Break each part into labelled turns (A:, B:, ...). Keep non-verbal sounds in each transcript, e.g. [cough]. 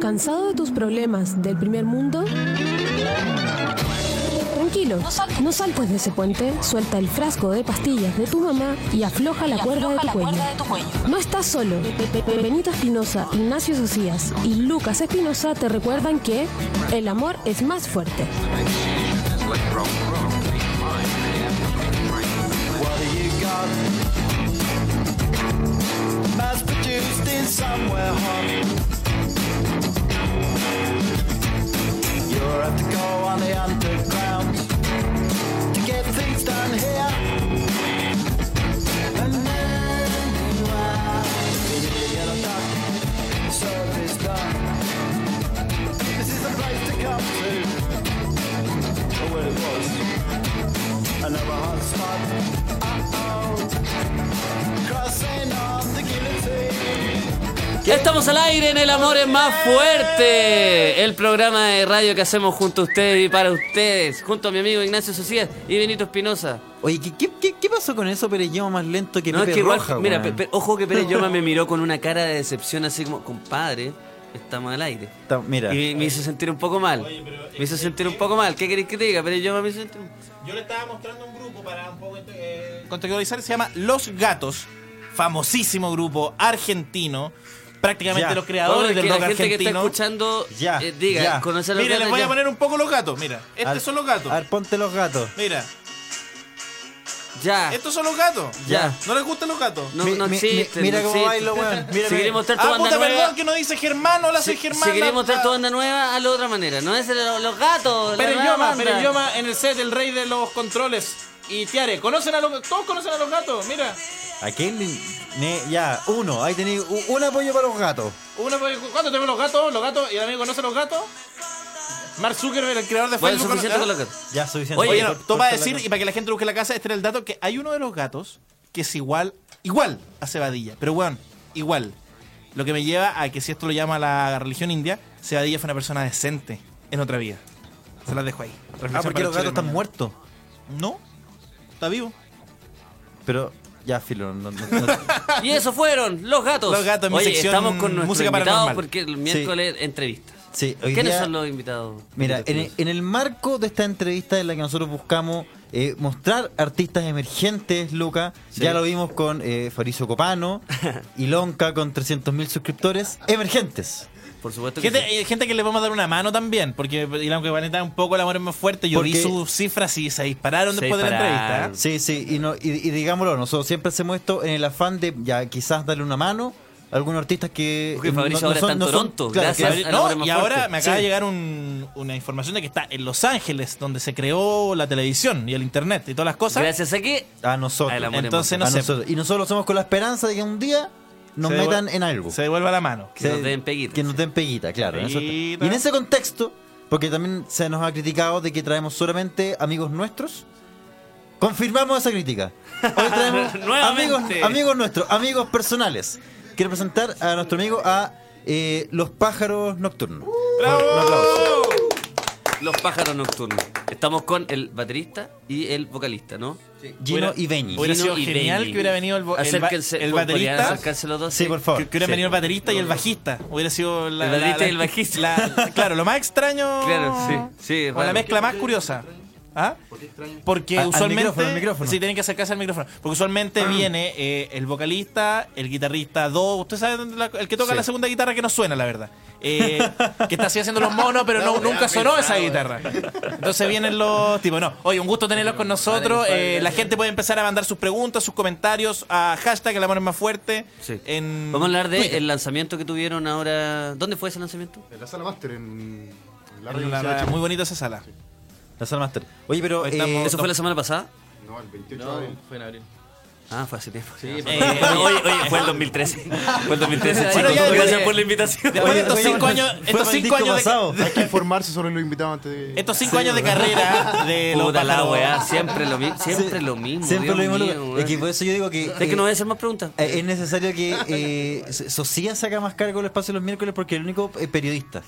A: ¿Cansado de tus problemas del primer mundo? Tranquilo, no saltes de ese puente, suelta el frasco de pastillas de tu mamá y afloja la, cuerda, de tu cuello. No estás solo. Benito Espinosa, Ignacio Socias y Lucas Espinosa te recuerdan que el amor es más fuerte.
B: What do you got? Mass produced in somewhere hot. You'll have to go on the underground to get things done here. And then you are in the yellow duck, service done. This is the place to come to. Oh, well, it was. Another hot spot. Crossing on the guillotine.
C: Ya estamos al aire en El Amor es Más Fuerte, el programa de radio que hacemos junto a ustedes y para ustedes, junto a mi amigo Ignacio Socias y Benito Espinosa.
D: Oye, ¿qué, qué, qué, qué pasó con eso Pérez Llama más lento que
C: No,
D: Pepe
C: es que igual,
D: Roja,
C: mira,
D: weón?
C: Pe- Pe- ojo que Pérez
D: [laughs]
C: Lloma me miró con una cara de decepción así como, compadre, estamos al aire.
D: Está- mira.
C: Y me, me hizo sentir un poco mal. Me hizo sentir un poco mal. ¿Qué querés que te diga? Pérez Lloma me hizo sentir...
E: Yo le estaba mostrando un grupo para un poco eh, contextualizar, se llama Los Gatos, famosísimo grupo argentino, prácticamente
D: Ya.
E: los
C: Todo
E: creadores
C: el
E: del
C: que la
E: rock
C: gente que está
E: argentino.
C: escuchando
D: Ya,
C: eh, diga,
D: ya.
C: conoce a los
E: Mira, les
C: gatos,
E: voy
C: ya.
E: a poner un poco los gatos, mira, estos
D: Al-
E: son los gatos.
D: A ver, ponte los gatos.
E: Mira,
C: Ya.
E: estos son los gatos.
C: Ah. Ya.
E: ¿No les gustan los gatos?
C: No,
D: Mi-
C: no
D: mi-
C: existe.
D: mi- mira
C: no
D: cómo
C: existe.
D: bailo, weón. Mira,
C: si
D: mira.
C: querés mostrar tu
E: Ah,
C: banda
E: puta,
C: nueva.
E: perdón, que no dice Germán, no la hace
C: Si,
E: Germán.
C: si querés
E: la-
C: mostrar tu
E: la-
C: banda nueva, hazlo de otra manera. No es el- los gatos.
E: Pero
C: la nueva
E: Yoma,
C: banda.
E: pero Yoma en el set, el rey de los controles. Y Tiare, ¿conocen a los Todos conocen a los gatos, mira.
D: ¿A quién le- ne- Ya, uno. Ahí tenéis u- un apoyo para los gatos.
E: Uno, pues, ¿Cuánto tenemos los gatos? ¿Los gatos? ¿Y el amigo conoce a los gatos? Mark Zuckerberg, el creador de
C: Bueno,
E: Facebook.
C: suficiente con los
E: gatos.
C: gatos.
D: Ya, suficiente.
E: Oye, no,
D: Por-
E: todo para
D: por-
E: decir, y para que la gente busque la casa, este era el dato, que hay uno de los gatos que es igual, igual a Cebadilla. Pero, weón, igual. Lo que me lleva a que si esto lo llama la religión india, Cebadilla fue una persona decente en otra vida. Se las dejo ahí.
D: Ah,
E: Reflexión
D: porque
E: para
D: los gatos
E: Chile
D: están
E: mañana.
D: muertos.
E: No, está vivo.
D: Pero, ya, filo. No, no- no-
C: Y eso fueron los gatos.
E: Los gatos, mi
C: Oye,
E: sección
C: estamos con nuestros
E: música
C: invitados
E: paranormal.
C: porque el miércoles entrevistas.
D: Sí, hoy
C: ¿Quiénes
D: día-
C: son los invitados?
D: Mira, en el, en el marco de esta entrevista en la que nosotros buscamos eh, mostrar artistas emergentes, Luca, ya lo vimos con eh, Fabrizio Copano y Lonca con 300.000 suscriptores emergentes.
C: Por supuesto que
E: Gente,
C: sí.
E: eh, gente que le vamos a dar una mano también, porque y aunque van a estar un poco el amor es más fuerte, yo vi
D: Porque-
E: sus cifras y se dispararon
C: Se
E: después de la
C: dispararon.
E: entrevista.
D: Sí, sí, y, no, y, y digámoslo, nosotros siempre hacemos esto en el afán de ya quizás darle una mano a algunos artistas que...
C: Porque
D: eh,
C: Fabrizio ahora está en Toronto,
D: claro,
C: gracias.
D: que-
C: El amor es
E: No,
C: más
E: y ahora
C: fuerte.
E: me acaba
C: Sí.
E: de llegar un- una información de que está en Los Ángeles, donde se creó la televisión y el internet y todas las cosas.
C: Gracias a que
D: a nosotros.
C: El amor
E: Entonces,
D: a
E: no sé,
D: nosotros. Y nosotros lo hacemos con la esperanza de que un día nos
E: Se
D: metan
E: devuel-
D: en algo.
E: se devuelva la mano.
C: que nos den peguitas.
D: Que nos den peguita, claro. en eso está.
E: Peguita.
D: Y en ese contexto, porque también se nos ha criticado de que traemos solamente amigos nuestros, confirmamos esa crítica. Hoy traemos amigos,
C: Nuevamente.
D: amigos nuestros, amigos personales. Quiero presentar a nuestro amigo a eh, Los Pájaros Nocturnos. Un aplauso.
C: Los pájaros nocturnos. Estamos con el baterista y el vocalista, ¿no?
D: Gino
E: Hubiera-
D: y Beñi.
E: hubiera-
C: Gino
E: sido
C: y
E: genial
C: Benny.
E: que hubiera venido el vo- el ba-
C: Acérquense,
E: el
C: ¿podrían
E: baterista?
C: acercarse los dos.
D: Sí, por favor.
E: Que hubiera
D: Sí.
E: venido el baterista y el bajista. Hubiera sido la,
C: El
E: la-
C: baterista
E: la-
C: y el bajista.
E: la- [laughs] claro, lo más extraño.
C: Claro, sí, sí,
E: O la
C: raro.
E: mezcla más curiosa. ¿Ah? Porque
D: A- al
E: usualmente.
D: micrófono, al micrófono.
E: Sí, tienen que acercarse al micrófono. Porque usualmente
C: Ah.
E: viene eh, el vocalista, el guitarrista, dos. Usted sabe dónde la- el que toca
D: Sí.
E: la segunda guitarra que no suena, la verdad. Eh, que está así haciendo los monos,
C: [laughs]
E: pero no, nunca sonó
C: eh.
E: esa guitarra. Entonces vienen los tipos. No, oye, un gusto tenerlos con nosotros. Eh, la gente puede empezar a mandar sus preguntas, sus comentarios a hashtag el amor es más fuerte.
C: Sí.
E: en
C: Vamos a hablar del
E: Twitter.
C: el lanzamiento que tuvieron ahora. ¿Dónde fue ese lanzamiento?
F: En la sala máster en en la
E: En la-
F: Universidad de Chile.
E: muy bonita esa sala.
D: La Sala Master. Oye, pero...
E: Hoy estamos-
D: eh,
C: ¿Eso fue la semana pasada?
F: No, el 28 de
G: No,
F: abril.
G: fue en abril.
C: Ah, fue hace tiempo.
E: Eh,
C: oye, oye, fue el 2013. Fue el 2013, chicos.
E: Bueno, ya,
C: Gracias
E: eh,
C: por la invitación.
E: Después de estos
D: oye,
E: cinco
D: fue-
E: años,
D: fue
E: estos
D: para el
E: cinco
D: disco
E: años de,
D: pasado.
F: Hay que informarse sobre los invitados antes de...
E: estos cinco años de carrera de los
C: Puta la
E: pájaros.
C: weá, [laughs] siempre lo mismo. Siempre
D: sí,
C: lo mismo.
D: Siempre
C: Dios
D: lo mismo.
C: mío,
D: Luca.
C: weón.
D: es que por eso yo digo que...
C: ¿Sabes que
D: eh,
C: no voy a hacer más preguntas?
D: Eh, Es necesario que eh, [laughs] S- Socia saca más cargo el espacio de los miércoles porque es el único eh, periodista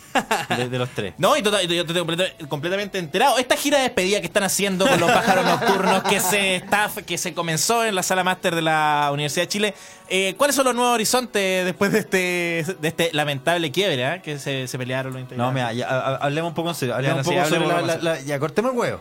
D: de, de los tres.
E: No, y total- y yo te tengo completa- completamente enterado. Esta gira de despedida que están haciendo con los pájaros nocturnos que se, está, que se comenzó en la sala máster de la Universidad de Chile. Eh, ¿Cuáles son los nuevos horizontes después de este, de este lamentable quiebre ¿eh? que se, se pelearon los
D: No,
E: integrantes?
D: mira, ya, ha- ha- hablemos un poco en serio. Hablemos
E: no,
D: un
E: sí,
D: poco sobre
E: hablemos
D: la,
E: de
D: la- la- Ya, cortemos el huevo.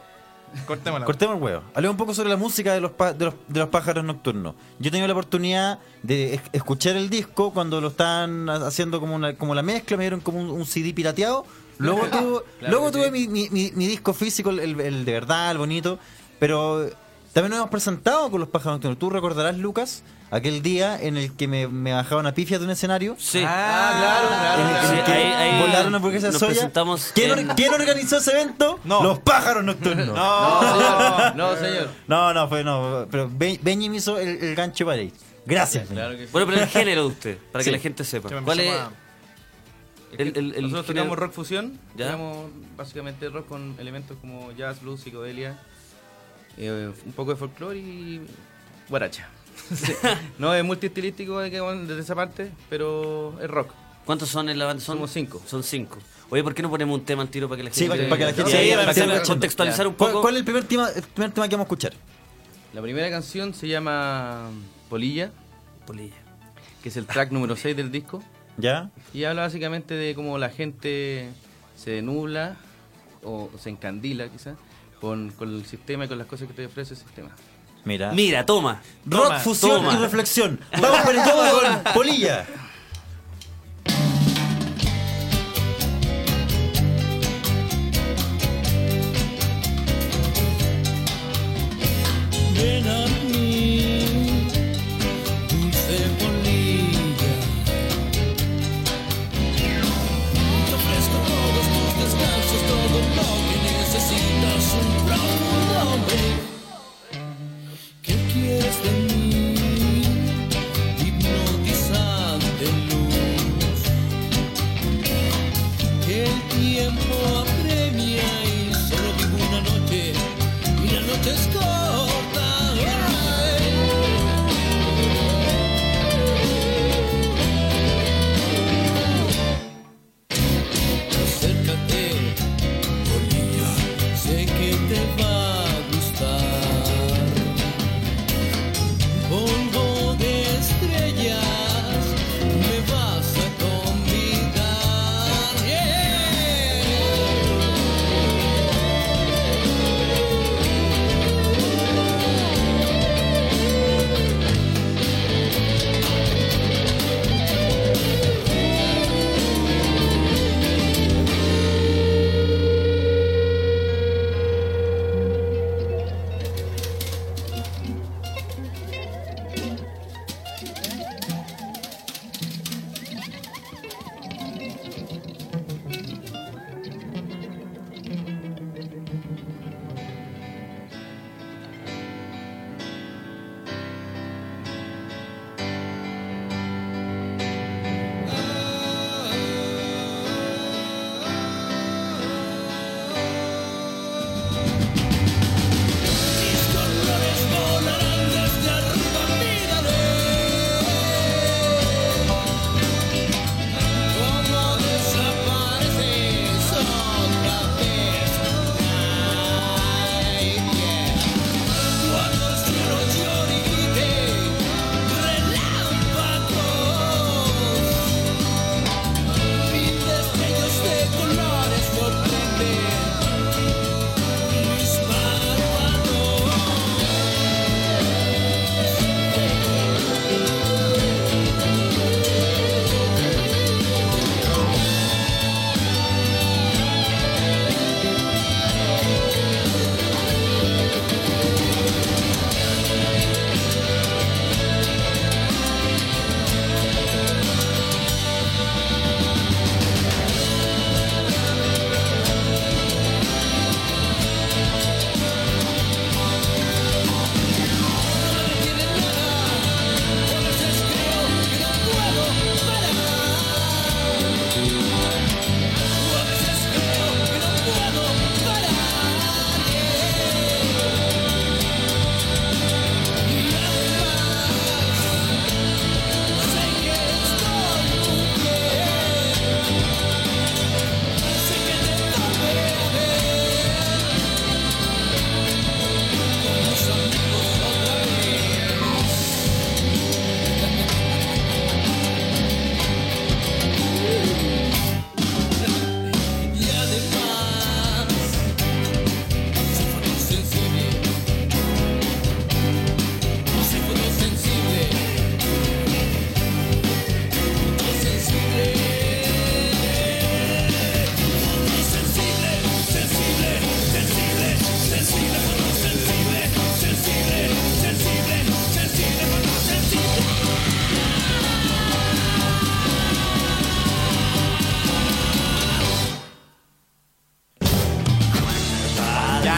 E: cortémosla.
D: Cortemos el huevo. Hablemos un poco sobre la música de los, pa- de los, de los pájaros nocturnos. Yo he tenido la oportunidad de es- escuchar el disco cuando lo estaban ha- haciendo como, una, como la mezcla, me dieron como un, un CD pirateado. Luego,
E: [laughs]
D: tuve- luego tuve mi, mi- mi- mi disco físico, el, el- el de verdad, el bonito. Pero también nos hemos presentado con los pájaros nocturnos. Tú recordarás, Lucas, aquel día en el que me, me bajaron a pifias de un escenario.
E: Ah,
C: Sí.
D: Ah, En el- en el que
C: Ah, ahí- ahí
D: volaron hamburguesas
C: nos
D: soya.
C: presentamos
D: ¿Quién, or-
C: en-
D: quién organizó ese evento?
E: No.
D: Los pájaros nocturnos.
E: No,
C: [laughs]
G: No, señor.
D: No, no, fue no. Pero Be- Benji me hizo el, el gancho para ahí. Gracias. Benji.
G: Claro que sí.
C: Bueno, pero el género de usted, para
D: Sí.
C: que la gente sepa.
E: Se me
C: ¿Cuál es?
E: empezó a-
C: El- el- el género-
G: Nosotros tocamos rock fusión,
C: ¿Ya?
G: tocamos básicamente rock con elementos como jazz, blues, psicodelia, eh, un poco de folclore y guaracha. [laughs] Sí. no es multiestilístico de que- desde esa parte, pero es rock.
C: ¿Cuántos son en la banda? Son
G: Somos cinco.
C: Son cinco. Oye, ¿por qué no ponemos un tema al tiro para que la
D: Sí,
C: gente...
D: para que- para que la gente-
C: Sí,
D: para
C: para
D: que
C: que-
D: la gente-
C: contextualizar un
D: ¿Cuál,
C: poco.
D: cuál es el primer tema, el primer tema que vamos a escuchar?
G: La primera canción se llama Polilla,
C: Polilla.
G: que es el track número 6 del disco,
D: ¿Ya?
G: y habla básicamente de cómo la gente se nubla o se encandila quizás con, con el sistema y con las cosas que te ofrece el sistema.
D: Mira.
C: Mira, toma.
D: Rock,
E: Toma,
D: fusión
C: toma.
D: y reflexión. Vamos por el tema
C: [laughs]
D: con Polilla.
H: Ven a mí, dulce polilla. Te ofrezco todos tus descansos, todo lo que necesitas. Un prófugo hombre. ¿Qué quieres de mí? Hipnotizante.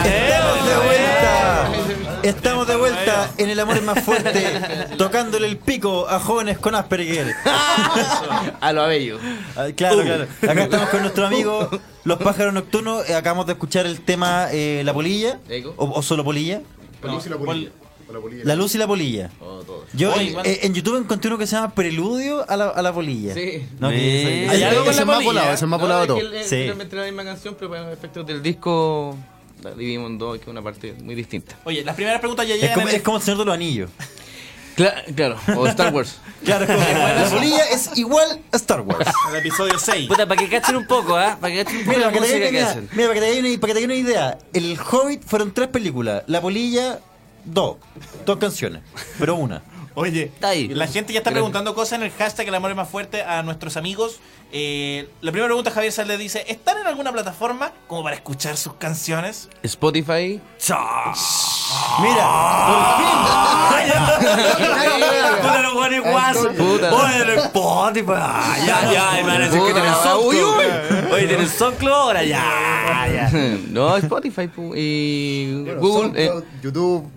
C: Eh,
D: Ahora, en el amor es más fuerte, tocándole el pico a jóvenes con Asperger.
G: A lo abello.
D: Ah, Claro, claro. Acá estamos con nuestro amigo Los Pájaros Nocturnos. Eh, Acabamos de escuchar el tema eh, La Polilla.
G: Ego.
D: O, o solo Polilla.
F: La luz y la polilla. O la polilla.
D: La Luz y la Polilla.
G: O todo.
D: Yo
C: Oh, Oye,
D: en-
C: igual-
D: eh, en YouTube encontré uno que se llama Preludio a la, a la Polilla.
G: Sí.
D: No, que-
C: Me-
F: Hay
E: con
F: algo que
E: la
F: es más
E: polilla.
F: volado, ese es más volado de
G: No,
F: todo.
G: es que él- él
D: Sí.
G: finalmente era la misma canción, pero para los efectos del disco la dividimos en dos, que es una parte muy distinta.
E: Oye, las primeras preguntas ya
D: Es
E: llegan.
D: como,
E: en
D: es
E: el-
D: como el Señor de los Anillos.
G: Cla- claro, o Star Wars.
D: Claro, es como- la Polilla es igual a Star
C: [laughs]
D: Wars.
E: en el episodio 6.
C: Puta, para que cachen un poco, ¿ah? Para que cachen un poco
D: Mira,
C: la
D: para que, te
C: música
D: hagáis
C: que
D: una
C: hacen.
D: idea, mira, para que te hagáis una- para que te hagáis una idea, el Hobbit fueron tres películas, La Polilla, dos, dos canciones, pero una.
E: Oye,
C: Está ahí.
E: la gente ya está preguntando cosas en el hashtag El amor es más fuerte a nuestros amigos. Eh, la primera pregunta, Javier Sales dice: ¿Están en alguna plataforma como para escuchar sus canciones?
G: [laughs] Spotify.
E: ¡Ah!
C: Puta, los guanes guasos.
G: Puta.
C: Oye, en el Spotify. Ah, Ya, ya, y me van a decir que
G: Puta,
C: tienen
G: la-
C: SoundCloud.
G: uy,
C: Oye, tienen SoundCloud ahora, ya, ya.
G: [laughs] No, Spotify pu- y
F: Bueno,
G: Google. eh,
F: SoundCloud, YouTube.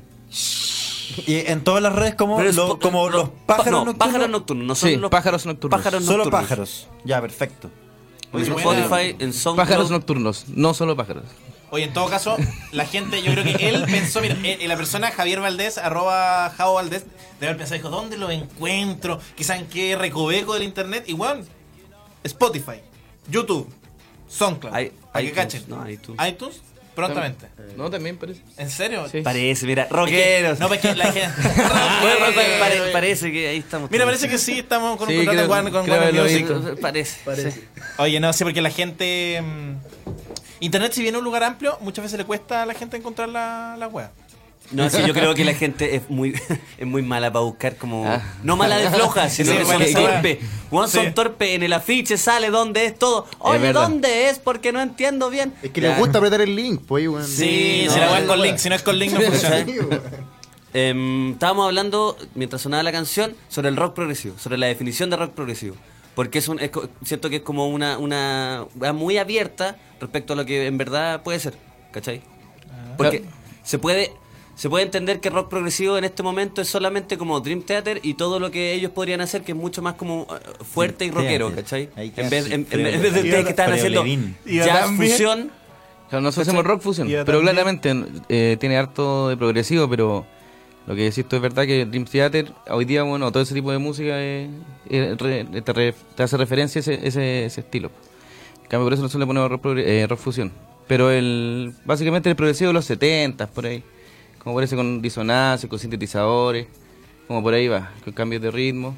D: Y en todas las redes como,
C: Pero
D: lo-
C: Spo-
D: como
C: no,
D: los pájaros
C: no,
D: nocturnos,
C: pájaros nocturnos, no son
G: sí,
C: los
G: pájaros nocturnos.
C: pájaros
D: solo
C: nocturnos.
D: pájaros. Ya, perfecto.
C: En
E: Oye,
C: Spotify, en SoundCloud.
G: Pájaros nocturnos, no solo pájaros.
E: Oye, en todo caso, la gente, yo creo que él pensó, mira, eh, eh, la persona Javier Valdés, arroba Jao Valdés, debe haber pensado, dijo, ¿dónde lo encuentro? Quizá en qué recoveco del internet. Igual, Spotify, YouTube, SoundCloud.
C: Ay-
E: para que
C: iTunes,
E: cachen.
C: no, iTunes.
E: prontamente.
G: No, también parece.
E: ¿En serio?
G: Sí.
C: Parece, mira,
E: Es que-
C: rockeros.
E: No, [laughs] pues que la
C: [laughs]
E: gente.
C: Bueno, pa- pa- pare- parece que ahí estamos.
E: Mira, parece que sí, estamos con
G: Sí,
E: un contrato
G: creo-
E: con- con
G: creo
E: Warner
G: haberlo
E: Music.
G: visto.
C: Parece. sí.
E: Oye, no, sí, porque la gente. mm, Internet, si viene un lugar amplio, muchas veces le cuesta a la gente encontrar la, la web.
C: No, sí, yo creo que la gente es muy, [laughs] es muy mala para buscar como...
G: Ah.
C: No mala de floja, sino
E: Sí,
C: que son
E: bueno, esa
C: torpes. Juan
E: Sí.
C: son torpes, en el afiche sale dónde es todo. Oye,
G: verdad.
C: ¿dónde es? Porque no entiendo bien.
F: Es que
G: Ya.
F: les gusta apretar el link, pues, weón.
E: Sí,
C: no,
E: si la web
C: no,
E: es con link, si no es con
F: [laughs]
E: link, no funciona.
F: Sí, weón.
C: Em, estábamos hablando, mientras sonaba la canción, sobre el rock progresivo, sobre la definición de rock progresivo. Porque es un, es co- siento que es como una, una weá muy abierta respecto a lo que en verdad puede ser, ¿cachai?
E: Ah.
C: Porque
G: Claro.
C: se puede, se puede entender que rock progresivo en este momento es solamente como Dream Theater y todo lo que ellos podrían hacer que es mucho más como eh, fuerte y
D: Dream
C: rockero,
D: Theater.
C: ¿cachai?
D: Ahí
C: En vez, en- en-
D: casi,
C: en vez de ustedes que están
D: Freo
C: haciendo
D: Levin.
E: Y
C: jazz,
E: también-
C: fusión,
G: Claro, nosotros hacemos rock fusion,
E: Y ahora
G: pero
E: también-
G: claramente eh, tiene harto de progresivo, pero lo que decís tú es verdad que Dream Theater, hoy día, bueno, todo ese tipo de música eh, eh, re- te, re- te hace referencia a ese, ese, ese estilo. En cambio, por eso nosotros le ponemos rock, progre- eh, rock fusion. Pero el, básicamente el progresivo de los 70, por ahí, como parece con disonancia, con sintetizadores, como por ahí va, con cambios de ritmo,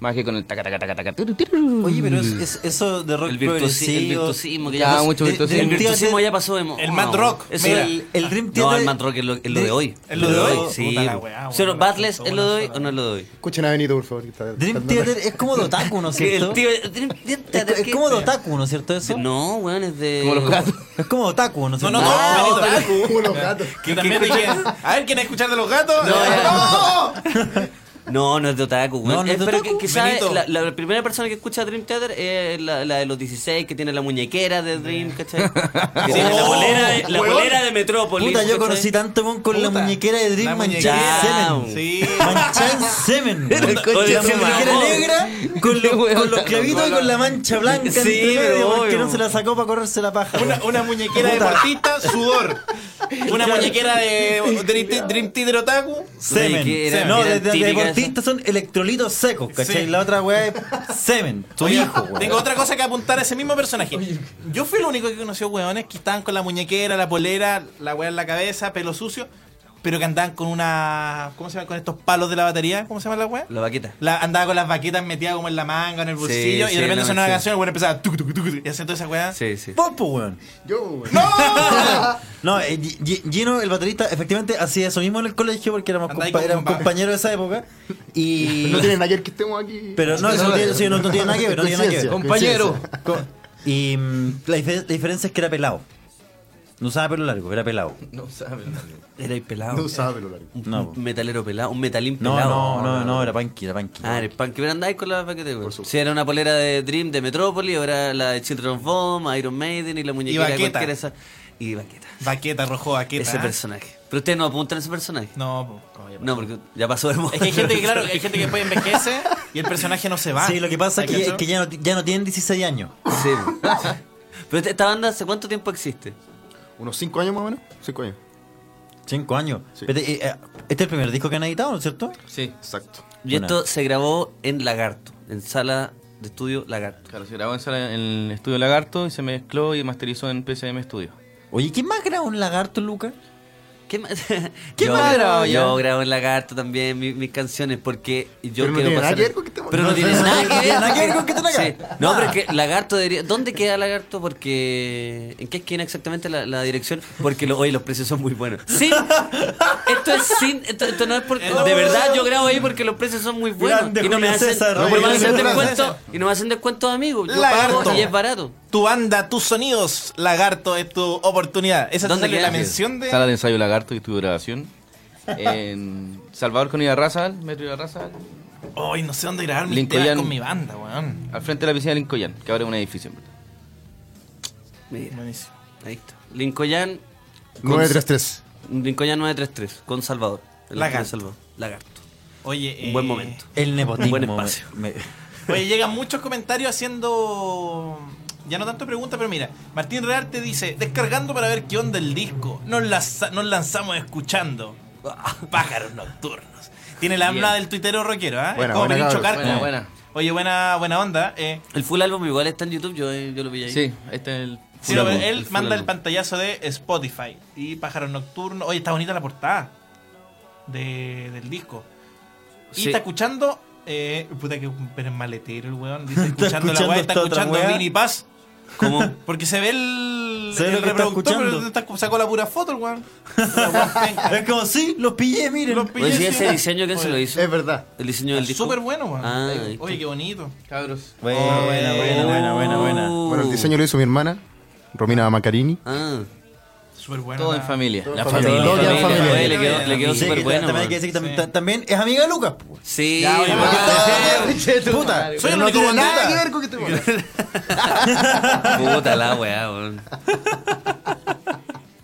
G: más que con el taca taca taca taca. tiru, tiru.
D: Oye, pero es, es- eso de rock
C: el, virtuosi- el
D: progresivo-
C: virtuosismo que
G: Ya,
C: ya, pasó-
G: mucho
D: de-
G: virtuosismo.
C: El
D: Dream
C: Ah, virtuosismo
D: Theater-
C: ya pasó de moda.
E: El Mad Rock,
C: Eso
E: mira.
C: era-
D: El, el Dream Theater...
C: No, el Mad Rock es lo, es lo de, hoy.
E: ¿Es lo de hoy?
C: Sí.
E: Puta la weá,
C: ¿Sí o no?
E: weón, la
C: ¿Battles
E: puta
C: es lo de hoy
E: buena
C: o no es lo de hoy?
F: Escuchen a Benito, por favor. que está-
D: Dream
F: está-
D: Theater es como de otaku, ¿no es
C: Que
D: cierto?
C: el tío- Dream Theater,
D: es, es
C: ¿qué?
D: como de otaku, ¿no es cierto eso?
C: No, weón, es de...
G: Como los gatos.
D: Es como de otaku, ¿no es
E: No,
D: cierto? Ah,
E: no, no,
C: No,
E: Benito.
F: Como los gatos.
E: Yo también dije, A ver, ¿quién escuchar de los gatos?
C: No, ya,
E: ¡No!
C: No, no es de otaku, weón.
D: No, no es
C: Eh,
D: de
C: pero
D: otaku.
C: que- quizás
E: Benito.
C: la, la primera persona que escucha Dream Theater es la, la de los 16 que tiene la muñequera de Dream, [laughs] ¿cachai? Que tiene la
E: Oh,
C: bolera, de- la
E: weón.
C: bolera de Metrópolis.
D: Puta, yo
C: ¿cachai?
D: conocí tanto mon con la
E: Puta,
D: muñequera de
E: la
D: Dream
E: muñequera.
D: Manchada Semen.
E: Sí.
D: [laughs] Manchada en semen. Era
G: el coche
D: la
G: de su
D: muñequera
C: mamá.
D: negra con,
G: Qué
D: los-
G: weón.
D: con los clavitos y con la mancha blanca.
C: Sí,
D: entre medio,
C: pero
D: porque
C: obvio.
D: no se la sacó para correrse la paja.
E: Una,
D: weón.
E: una muñequera
D: Puta.
E: deportista, sudor. Una muñequera de Dream, Te- Dream Theater Otaku.
D: Semen.
C: que era-
D: no,
C: eran
D: de, de- de
C: típicas
D: deportistas son electrolitos secos, ¿cachai?
E: Sí.
D: La otra weá es semen. Tu
E: Oye,
D: hijo, weón.
E: Tengo otra cosa que apuntar a ese mismo personaje. Yo fui el único que conoció hueones que estaban con la muñequera, la polera, la hueá en la cabeza, pelo sucio, pero que andaban con una. ¿Cómo se llama? Con estos palos de la batería. ¿Cómo se llama la hueá?
C: La vaqueta.
E: La- andaba con las vaquetas metidas como en la manga, en el bolsillo, y
C: sí,
E: de repente
C: la
E: sonaba una
C: mención.
E: canción, el hueón empezaba. tuc, tuc, tuc, tuc, y hacía toda esa hueá.
C: Sí, sí.
D: Vos, po, weón.
F: Yo, pues, weón.
C: [laughs]
F: [laughs]
D: No, eh, Gi- Gi- Gino, el baterista, efectivamente hacía eso mismo en el colegio porque éramos,
E: Andai
D: compa-
E: con
D: éramos
E: compa-
D: compañeros de esa época. Y.
F: No tienen ayer que estemos aquí.
D: Pero no, eso no tiene, sí, no, no tiene nada que ver, no tiene nada que ver.
F: Conciencia,
G: Compañero.
F: conciencia.
D: Co- Y mm, la, dife- la diferencia es que era pelado. No usaba pelo largo, era pelado.
G: No saben.
C: Era el pelado.
F: No sabe lo largo.
D: No, po.
C: Un metalero pelado, un metalín
D: no,
C: pelado.
D: no, no, no, era punky, era punky.
C: Ah, eres punk. Pero andáis con la paquete, güey. Si era una polera de Dream de Metrópolis, ahora la de Children of Bomb, Iron Maiden y la muñequera
E: vaqueta.
C: cualquiera esa. y Baqueta.
E: Baqueta, rojo, baqueta.
C: Ese
E: ¿ah?
C: personaje. Pero ustedes no apuntan a ese personaje.
E: No, po, ¿cómo ya pasó?
C: No, porque ya pasó de moda.
E: Es que hay gente que, claro, hay gente que después envejece y el personaje no se va.
D: Sí, lo que pasa es que,
E: ¿Cachai?
D: es que ya, no, ya no tienen 16 años.
C: Sí. Pero esta- esta banda, ¿hace cuánto tiempo existe?
F: Unos 5 años más o menos. 5 años.
D: 5 años.
F: Sí.
D: Espérate, eh, eh, este es el primer disco que han editado, ¿no es cierto?
G: Sí.
F: Exacto.
C: Y
D: Bueno.
C: esto se grabó en Lagarto, en sala de estudio Lagarto.
G: Claro, se grabó en sala- en el estudio Lagarto y se mezcló y masterizó en PCM Studio.
D: Oye, ¿quién más graba un lagarto, Luca?
C: [laughs] ¿Qué más?
G: ¿Qué
C: yo,
G: más grabó ya?
C: yo grabo en Lagarto también mi- mis canciones porque yo
F: Pero no
C: quiero
F: tiene nada
C: pasar-
F: que ver con que estemos-
C: Pero no,
F: no,
C: tiene
F: no,
C: nada
D: no
C: que
D: tiene
C: ver.
D: nada que ver con que estén acá.
C: Sí. No, pero es
F: Ah.
C: que Lagarto debería. ¿Dónde queda Lagarto? Porque. ¿En qué esquina exactamente la, la dirección? Porque lo- oye, los precios son muy buenos. Sin. Esto es sin. Esto, esto no es porque. De verdad, yo grabo ahí porque los precios son muy buenos.
D: Grande
C: y no me
D: Julio
C: hacen,
D: César,
C: no me
D: Julio
C: hacen
D: César.
C: descuento. Y no me hacen descuento, amigos. Yo
E: Lagarto.
C: pago y es barato.
E: Tu banda, tus sonidos, Lagarto, es tu oportunidad. Esa
C: ¿Dónde
E: es
C: queda?
E: la mención de.
G: Sala de ensayo Lagarto y estudio de grabación. En Salvador con Irarrazal, Metro Irarrazal,
E: Ay, no sé dónde grabar mis
G: Lincoln.
E: temas con mi banda, weón.
G: al frente de la piscina de Lincoln, que ahora es un edificio. en verdad.
C: Mira,
E: Buenísimo.
C: ahí está. Lincoln. con-
F: 933.
C: Lincoln 933, con Salvador. El
E: Lagarto.
C: de Salvador. Lagarto.
E: Oye,
C: Un
E: eh,
C: buen momento.
D: El nepotismo.
C: Buen espacio.
D: me-
E: [laughs]
D: me-
E: Oye, llegan muchos comentarios haciendo. Ya no tanto preguntas, pero mira, Martín Real te dice, descargando para ver qué onda el disco. Nos, lanza- nos lanzamos
C: [laughs]
E: escuchando. Pájaros nocturnos. Tiene la habla
G: Bien.
E: del tuitero rockero, ¿ah? Es
F: Buena,
E: como
F: buena,
E: Perincho
F: cabros.
E: Carco.
G: Buena, buena.
E: Oye, buena, buena onda. eh.
C: El full álbum igual está en YouTube, yo, eh, yo lo vi ahí.
G: Sí, este es el.
E: Sí,
G: full
E: no, pero
G: álbum,
E: él
G: full
E: manda el
G: álbum.
E: pantallazo de Spotify y Pájaros Nocturnos. Oye, está bonita la portada de- del disco. Y
C: Sí.
E: está escuchando. Eh, puta que pero es maletero el weón. Dice, escuchando la
D: escuchando
E: weá, está
D: esta otra
E: escuchando
D: weá.
E: Vini Paz.
D: [laughs]
C: Como
E: Porque se ve el,
D: Se ve
E: el
D: lo que está
E: reproductor,
D: escuchando.
E: pero está- sacó la pura foto el weón. La weá penca.
D: Es como, sí, los pillé, miren.
E: Los pillé,
C: Oye, sí,
E: sí.
C: ese diseño, ¿quién se lo
E: Oye,
C: hizo?
F: Es verdad.
C: El diseño del
E: está
C: disco.
E: Súper bueno, weón.
C: Ah, ahí está.
E: Oye, qué bonito.
G: Cabros.
D: Buena,
E: Oh,
C: Uh,
D: buena, buena,
E: oh.
D: buena, buena, buena.
F: Bueno, el diseño lo hizo mi hermana, Romina Macarini.
C: Ah,
E: Súper bueno.
G: Todo en
E: la-
G: familia.
F: Todo
C: la
F: en
C: familia.
F: Todo en
C: familia,
F: familia.
C: oye, le quedó, le quedó
D: Sí,
C: súper
D: que
C: bueno.
D: También hay que
C: man.
D: decir que también, ta- también es amiga de Lucas. pues.
C: Sí,
E: Ya, Ah, oye,
C: man.
E: [laughs] Ah,
D: Puta,
E: Soy el
F: no
E: único
F: tiene nada
E: bandera.
F: que ver con que estemos acá.
C: puta la weá, weón.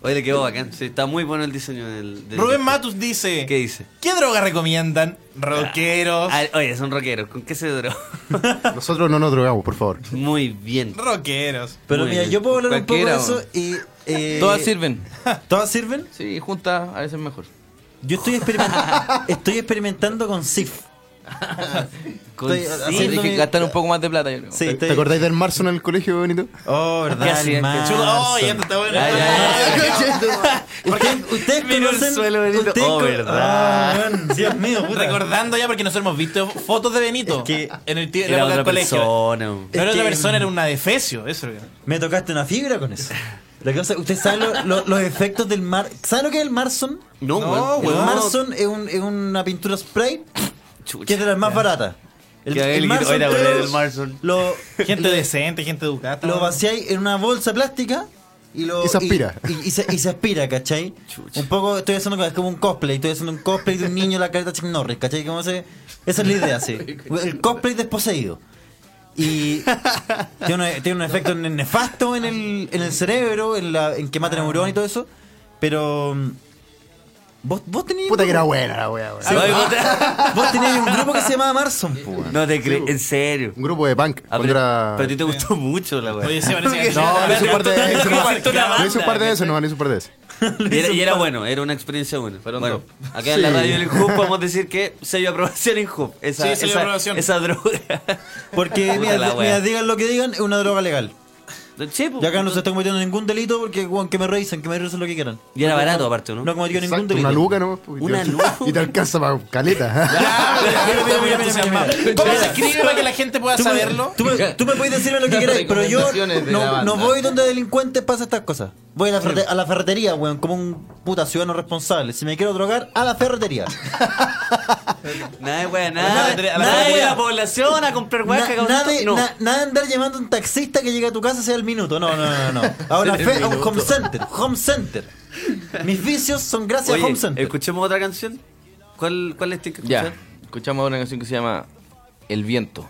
C: Oye, le quedó bacán. Sí, está muy bueno el diseño del. del
E: Rubén
C: disco.
E: Matus dice:
C: ¿Qué dice?
E: ¿Qué droga recomiendan? Rockeros.
C: Ah, oye, son rockeros. ¿Con qué
E: [laughs]
C: se drogó?
F: Nosotros no nos drogamos, por favor.
C: muy bien.
E: Rockeros.
D: Pero
C: Muy
D: mira,
C: bien.
D: yo puedo hablar un poco de
G: Cualquiera,
D: eso y. eh,
G: Todas sirven.
D: [laughs] ¿Todas sirven?
G: Sí, juntas a veces mejor.
D: Yo estoy,
C: [laughs]
D: experiment- estoy experimentando con SIF.
C: Con sí,
D: Estoy
G: Sí,
D: haciendo-
G: hay que
D: mi-
G: gastar un poco más de plata, yo creo.
D: Sí,
F: ¿Te acordáis del marzo en el colegio, bonito?
D: Oh,
C: ¿Qué
D: verdad,
C: hacían?
D: el
C: ¿Qué
D: marzo.
E: Chulo, oh, ya está bueno.
C: Ya, ya,
D: Ustedes, ustedes
C: Miró el
D: conocen-
C: suelo, Benito.
D: ustedes
C: Oh,
D: con-
C: verdad.
D: Ah, weón, Dios mío,
C: [laughs]
D: puta.
E: Recordando ya, porque nosotros hemos visto fotos de Benito
D: Es que
E: en el tie- en la
C: Era
E: época
C: otra
E: del colegio.
C: persona. man.
E: No
D: Es
E: era otra
D: que-
E: persona, era una defecio. Eso era.
D: Me tocaste una fibra con eso. La cosa, ¿Usted sabe lo- lo- los efectos del mar? ¿Sabe lo que es el Marson?
C: No,
E: No,
C: weón.
D: el
E: weón.
D: Marson es, un- es una pintura spray
C: Chucha.
D: que es de las más baratas. El,
C: Que el-
D: Marson
C: oiga,
D: te
C: weón,
D: lo-
C: el Marson.
D: Lo,
E: Gente decente, gente educada.
D: lo vaciáis en una bolsa plástica y lo.
F: Y se aspira.
D: Y, y se, y se aspira, ¿cachai?
C: Chucha.
D: Un poco, estoy haciendo es como un cosplay. Estoy haciendo un cosplay de un niño en la careta Chuck Norris, ¿cachai? Como se, esa es la idea,
F: [laughs]
D: sí. El cosplay desposeído. Y tiene un, tiene un efecto ne- nefasto en el, en el cerebro, en, la, en que mata
F: Ah.
D: neuronas y todo eso. Pero. mm, Vos, vos tenías.
F: Puta que era buena la wea, weón.
C: Sí, oye, puta.
D: Vos tenías un grupo que se llamaba Marson, pú, weón.
C: No te crees, en serio.
F: Un grupo de punk.
C: Ah,
F: cuando
C: pero,
F: era...
C: pero a ti te gustó mucho la weá.
E: Oye, se parece que.
F: No, no hizo un par de
C: Pero
F: veces.
C: tú hiciste una
F: No hizo un par
C: banda,
F: de veces, no, no hizo un par de veces.
C: Y era, y era bueno, era una experiencia buena.
G: Fueron
C: bueno, acá en
F: Sí.
C: la radio del Hub podemos decir que sello de aprobación en Hub. Esa,
E: Sí, sello de
C: esa-
E: aprobación.
C: Esa droga. [laughs]
D: Porque,
C: Puta
D: mira,
C: la
D: di-
C: wea.
D: mira, digan lo que digan, es una droga legal.
C: Sí, pues.
D: Y acá no se está cometiendo ningún delito porque, weón, que me revisen, que me revisen lo que quieran.
C: Y era barato aparte, ¿no?
D: No cometió ningún
F: Exacto,
D: delito.
F: una luca nomás. pues, y te-
C: Una luca.
F: Y te alcanza para caleta. ¿eh?
D: Mira, mira, mira, mira, mira, mira.
E: ¿Cómo se escribe para que la gente pueda
D: Tú me-
E: saberlo?
D: Tú me, tú me puedes decirme lo que
G: Las
D: quieras, pero yo
G: recomendaciones de la
D: no,
G: banda.
D: no voy donde delincuentes pasa estas cosas. Voy a la, ferrete- a la ferretería, weón, como un puta ciudadano responsable. Si me quiero drogar, a
C: [laughs]
D: la ferretería.
C: Nada de weá,
E: A
C: nada.
E: la tele- a
C: Nada
E: la
C: de
E: tele-
C: Ah, la población a comprar weá
D: Na-
C: que
D: nada,
C: acaban-
D: de,
C: No.
D: na- nada de andar llamando a un taxista que llegue a tu casa sea el minuto. No, no,
C: [laughs]
D: no, no. no. A, una fe- a un home center. Home center. Mis vicios son gracias a
C: Oye,
D: home center.
C: escuchemos otra canción. ¿Cuál, cuál les tiene que escuchar?
G: Ya, escuchamos ahora una canción que se llama El viento.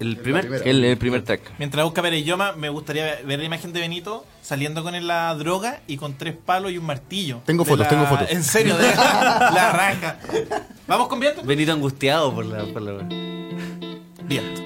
C: El primer.
F: primera.
I: El, el primer track.
E: Mientras busca Pereyoma, me gustaría ver la imagen de Benito saliendo con él la droga y con tres palos y un martillo.
F: Tengo
E: De
F: fotos,
E: la-
F: tengo fotos.
E: En serio, de la raja. ¿Vamos con viento?
C: Benito angustiado por la. Por la...
E: Viento.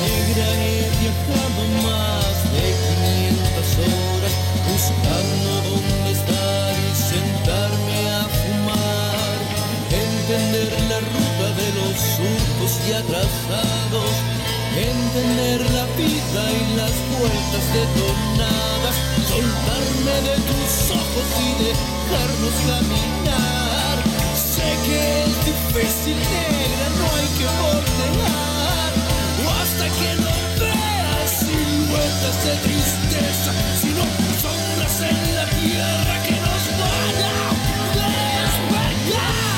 H: negra he viajado más de 500 horas buscando dónde estar y sentarme a fumar, entender la ruta de los surcos y atrasados, entender la vida y las vueltas detonadas, soltarme de tus ojos y dejarnos caminar. Sé que es difícil, negra, no hay que voltear. O hasta que no veas siluetas de tristeza, sino sombras en la tierra que nos van a despertar.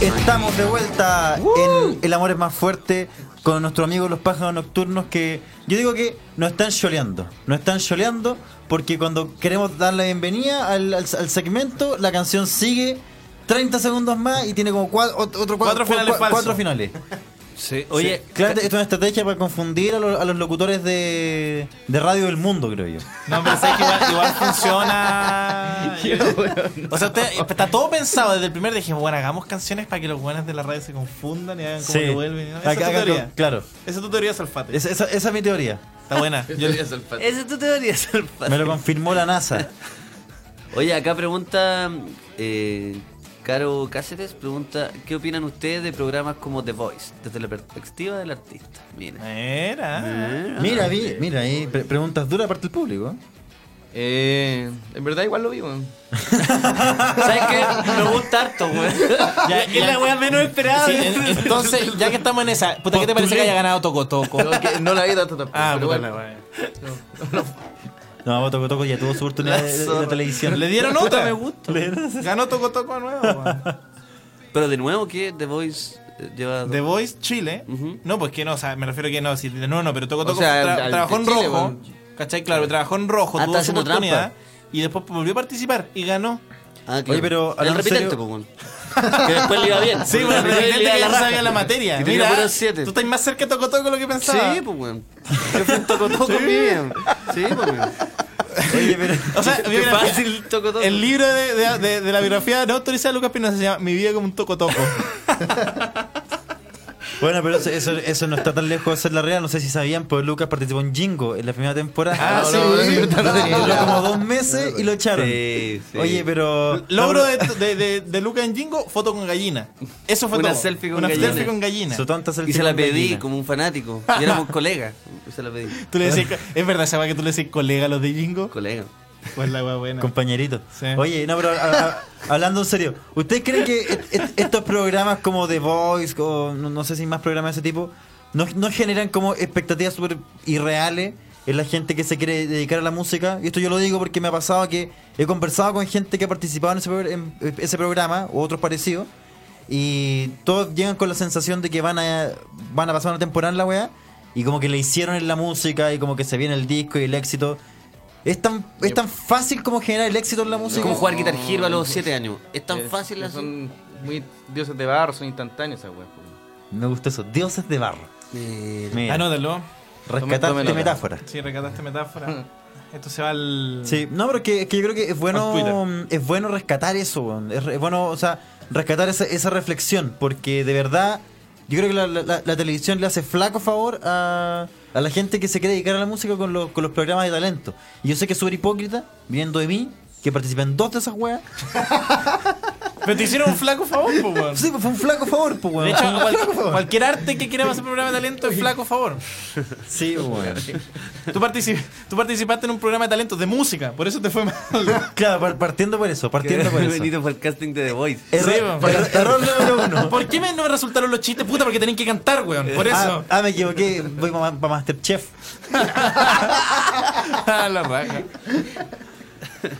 D: Estamos de vuelta en El Amor es más fuerte con nuestros amigos los pájaros nocturnos que yo digo que nos están choleando. Nos están choleando porque cuando queremos dar la bienvenida al, al- al segmento, la canción sigue 30 segundos más y tiene como cua- ot- otro cua-
E: Cuatro
D: cua-
E: finales
D: cua-
E: falsos.
D: cuatro finales.
C: Sí, Oye,
D: Sí.
E: eh,
D: claro, esto es una estrategia para confundir a los, a los locutores de, de Radio del Mundo, creo yo.
E: No, pero sé que igual, igual
C: [laughs]
E: funciona. o sea, usted- está todo pensado desde el primer día. Dije, bueno, hagamos canciones para que los buenos de la radio se confundan y hagan como que vuelven. ¿no? Esa es tu
D: Acá- acá-
E: teoría.
D: claro,
E: Esa es tu teoría, Salfate.
D: esa, esa- esa es mi teoría.
E: Está
C: [laughs]
E: buena. Yo-
C: esa es tu teoría, Salfate.
D: Me lo confirmó la NASA.
C: Oye, acá pregunta eh, Caro Cáceres, pregunta, ¿qué opinan ustedes de programas como The Voice desde la perspectiva del artista? Mira.
E: Era.
C: Ah.
D: Mira, vi- mira, ahí pre- preguntas duras parte del público. ¿eh?
G: Eh, en verdad igual lo vi, weón.
C: ¿Sabes qué? Pregunta
E: [laughs]
C: harto, güey.
E: Ya,
C: Es
E: ya.
C: la weá menos esperada.
E: Sí, en- entonces, ya que estamos en esa, puta, ¿qué te parece que haya ganado Toco Toco?
G: Pero que No la vi tanto tampoco.
E: Ah,
G: pero
E: puta
G: bueno.
E: la wea.
D: No, Toco Toco ya tuvo su oportunidad de, de la televisión.
E: Le dieron otra, me gusta. Ganó Toco Toco de nuevo. weón.
C: [laughs] Pero de nuevo, ¿qué? The Voice eh, lleva...
E: The Voice Chile.
C: Ujú.
E: No, pues que no, o sea, me refiero a que no, si de nuevo no, pero Toco Toco
G: sea,
E: tra-
G: al- al
E: trabajó
G: de
E: en
G: Chile,
E: rojo.
G: bueno.
E: ¿Cachai? Claro, trabajó en rojo,
C: Ah,
E: tuvo
C: está
E: su
C: haciendo
E: oportunidad.
C: trampa.
E: Y después volvió a participar y ganó.
C: Ah, claro.
D: Oye, pero,
C: El
D: hablando en
C: repitente,
D: serio-
C: pues, güey. Que después le iba bien.
E: Sí, bueno,
C: Después le
E: realmente
C: iba
E: que
C: la
E: él
C: raja.
E: sabía la materia.
C: Que tenía
E: Mira,
C: puros siete.
E: tú estás más cerca de Toco Toco de lo que pensaba.
C: Sí, pues, güey. Yo fui un toco toco, bien. Sí, pues, güey.
D: Oye, pero.
E: O sea,
C: [laughs] Qué
E: mira,
C: fácil toco toco.
E: el libro de, de- de- de la biografía no autorizada de Lucas Pinoza se llama Mi vida como un Toco
C: [laughs]
E: Toco.
D: Bueno, pero eso, eso, eso no está tan lejos de ser la real. No sé si sabían, pero Lucas participó en Jingo en la primera temporada.
E: Ah, sí.
D: Duró como dos meses y lo echaron.
C: Sí, sí.
D: Oye, pero.
E: Logro de, de, de, de Lucas en Jingo, foto con gallina. Eso fue
C: Una
E: todo.
C: selfie con
E: Una
C: gallina.
E: selfie con gallina.
D: Su tonta
C: Y
D: selfie
C: se la
D: con
C: pedí
D: gallina.
C: como un fanático. Y éramos colegas. Y Se la pedí.
E: Tú le decís, es verdad, ¿sabes que tú le decís colega a los de Jingo?
C: Colega.
E: Pues la wea buena.
D: Compañerito.
E: Sí.
D: Oye, no, pero a- a- hablando en serio, ¿ustedes creen que est- est- estos programas como The Voice o no, no sé si más programas de ese tipo no, no generan como expectativas súper irreales en la gente que se quiere dedicar a la música? Y esto yo lo digo porque me ha pasado que he conversado con gente que ha participado en ese, progr- en ese programa o otros parecidos y todos llegan con la sensación de que van a, van a pasar una temporada en la weá y como que le hicieron en la música y como que se viene el disco y el éxito. Es tan, es tan fácil como generar el éxito en la
C: Es
D: música.
C: como jugar Guitar Hero a los 7 años. Es tan fácil
G: Es-
C: así.
D: [laughs]
G: Eh, Son muy dioses de barro, son instantáneos esas weas. pues. po.
D: Me gustó eso. Dioses de barro. Mira,
E: Anótalo.
D: rescataste
G: Tomen- tomen nota.
D: metáfora.
E: Sí, recataste metáfora. Esto se va al.
D: Sí, no, pero que, que yo creo que es bueno,
E: Al
D: es bueno rescatar eso, weón. es, re- es bueno, o sea, rescatar esa, esa reflexión, porque de verdad, yo creo que la, la- la- la televisión le hace flaco favor a, a la gente que se quiere dedicar a la música con, los- con los programas de talento. Y yo sé que es súper hipócrita, viendo de mí, que participé en dos de esas weas.
E: Pero te hicieron un flaco favor, po, weón.
D: Sí, pues fue un flaco favor, pues, weón.
E: De
D: Fue
E: hecho,
D: un
E: cual-
D: flaco favor.
E: cualquier arte que quiera hacer programa de talento es flaco favor.
D: Sí, pues, weón.
E: Tú, particip- tú participaste en un programa de talentos de música, por eso te fue mal.
D: Claro, par- partiendo por eso, partiendo
C: [laughs]
D: por eso.
C: Bienvenido por el casting de The Voice.
E: Sí,
D: [laughs] Error,
E: weón.
D: error- error número uno.
E: ¿Por qué me, no me resultaron los chistes, puta? Porque tenían que cantar, weón. [laughs] Por
D: Ah,
E: eso.
D: [laughs] ah, me equivoqué, voy para Masterchef.
E: Ah, la raja.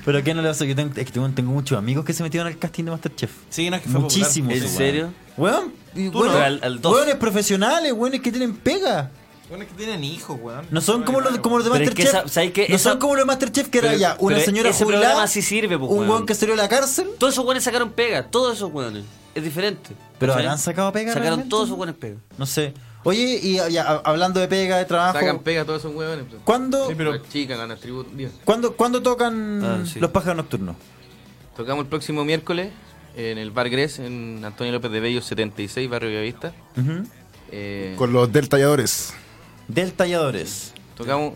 D: Pero ¿qué no le pasa? Yo tengo, es que tengo, tengo muchos amigos que se metieron al casting de Masterchef.
E: Sí, no es que fue popular.
D: Muchísimos.
C: ¿En
D: weón.
C: serio?
D: Weón, y
C: Tú
D: weón,
C: no. Al- al dos.
D: weones profesionales, weones que tienen pega.
E: Bueno, es que tienen hijos, weón.
D: No son como los, como los de
C: Pero es que
D: Masterchef.
C: esa- ¿sabes qué?
D: no
C: Esa-
D: son como los de Masterchef que era
C: Pero-
D: ya una
C: pero
D: señora
C: ese
D: jubilada,
C: programa sí sirve, pues,
D: un
C: weón.
D: weón que salió de la cárcel.
C: Todos esos hueones sacaron pega, todos esos hueones. Es diferente.
D: Pero
C: ¿Cachai?
D: habrán sacado pega
C: Sacaron
D: realmente?
C: todos esos hueones pega.
D: No sé. Oye, y ya, hab- hablando de pega, de trabajo,
G: Sacan pega a todos esos huevones. pues.
D: ¿cuándo,
E: Sí, pero-
G: Las chicas ganan tributo. Dios.
D: ¿cuándo, cuándo tocan
C: Ah, sí.
D: los pájaros nocturnos?
G: Tocamos el próximo miércoles en el Bar Gres, en Antonio López de Bello 76, Barrio Villavista.
D: Ujú.
G: Eh,
F: Con los deltalladores.
D: Del Talladores.
G: tocamos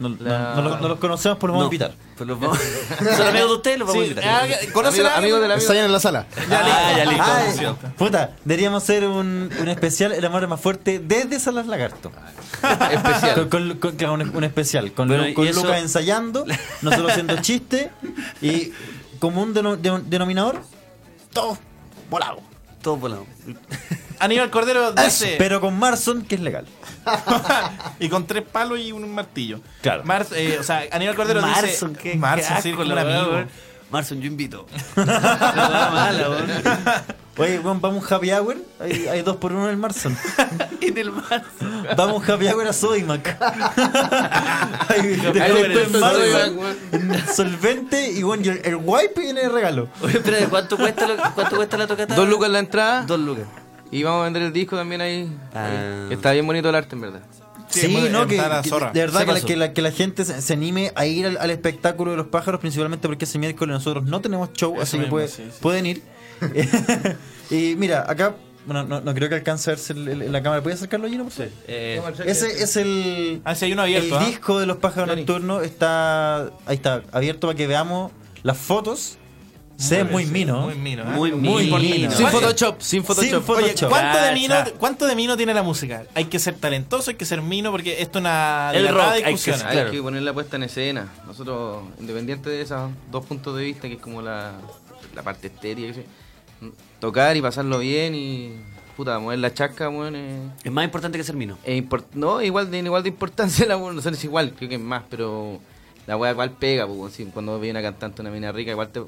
D: No, no-
G: La-
D: no lo- no los conocemos, pero los vamos
C: No,
D: a invitar.
C: Pero los vamos. Son amigos de ustedes, los vamos a invitar.
E: ¿Conocen
G: Amigo-
E: a
G: amigo de la-
F: Ensayan en la sala.
C: Ah, ya listo.
D: Ay, puta, deberíamos hacer un, un especial El amor es más fuerte desde Salas Lagarto. Con,
G: especial.
D: con- con- claro, un, un especial. Con,
C: Bueno,
D: Lu- con
C: y eso-
D: Lucas ensayando, nosotros haciendo chistes y como un deno- de- denominador, todos volados.
C: Todos volados.
E: Aníbal Cordero
C: Ah,
E: dice.
D: Pero con Marson, que es
C: [laughs]
D: legal.
E: y con tres palos y un martillo.
D: Claro.
E: Mar- eh, o sea, Aníbal Cordero
C: Marson,
E: dice.
C: qué
E: Marson,
C: qué
E: sí,
C: asco
E: con
C: la
E: un
C: weá,
E: amigo.
C: weón. Marson, yo invito. La weá mala, weón.
D: Oye, weón, vamos a un happy hour. Hay, hay dos por uno en el Marson.
C: [laughs] En el Marson.
D: Vamos a un happy hour
C: [laughs]
D: a Sodimac. Hay descuento en
G: en
D: Marson,
G: Sodimac, weón.
D: en [laughs] Solvente y bueno, y el, el wipe viene de regalo.
C: Oye, pero ¿de
D: [laughs]
C: ¿cuánto cuesta, lo- cuánto cuesta la tocata?
G: Dos lucas la entrada.
C: Dos lucas.
G: Y vamos a vender el disco también ahí.
C: Ah.
G: Ahí. Está bien bonito el arte, en verdad.
E: Sí,
D: Sí,
E: hemos-
D: no,
E: hemos
D: que,
E: estado a la
D: que-
E: zorra.
D: de
C: Se
D: verdad que la,
C: pasó.
D: que, la, que la gente se, se anime a ir al, al espectáculo de los pájaros, principalmente porque ese miércoles nosotros no tenemos show,
E: Eso
D: así que
E: mismo,
D: puede-
E: sí, sí.
D: pueden ir. [laughs] y mira, acá, bueno, no, no creo que alcance a verse el- el- la cámara. ¿Puedes acercarlo, Gino? por favor?
C: Eh,
D: Ese es el,
E: Ah, sí, hay uno abierto,
D: el
E: ¿ah?
D: disco de los pájaros
G: Johnny.
D: nocturnos. Está, ahí está, abierto para que veamos las fotos. Se ve muy mino.
E: Muy mino. ¿eh?
C: Muy mino.
E: mino.
G: Sin
E: Oye,
G: Photoshop, sin Photoshop.
D: Photoshop.
E: Oye, ¿cuánto de,
C: Cacha.
E: mino, ¿cuánto de mino tiene la música? Hay que ser talentoso, hay que ser mino, porque esto es una
C: El
E: dilatada
C: rock, hay que
E: discusión.
C: ser-
G: Hay
C: Claro.
G: que poner la puesta en escena. Nosotros, independiente de esos dos puntos de vista, que es como la, la parte estética, que sé, tocar y pasarlo bien y. Puta, mover la chasca, weón. es-
C: es más importante que ser mino.
G: es import- no, igual de, igual de importancia la weón, no sé, es igual, creo que es más, pero la weá igual pega, pues, weón, sí, cuando viene una cantante, una mina rica, igual te.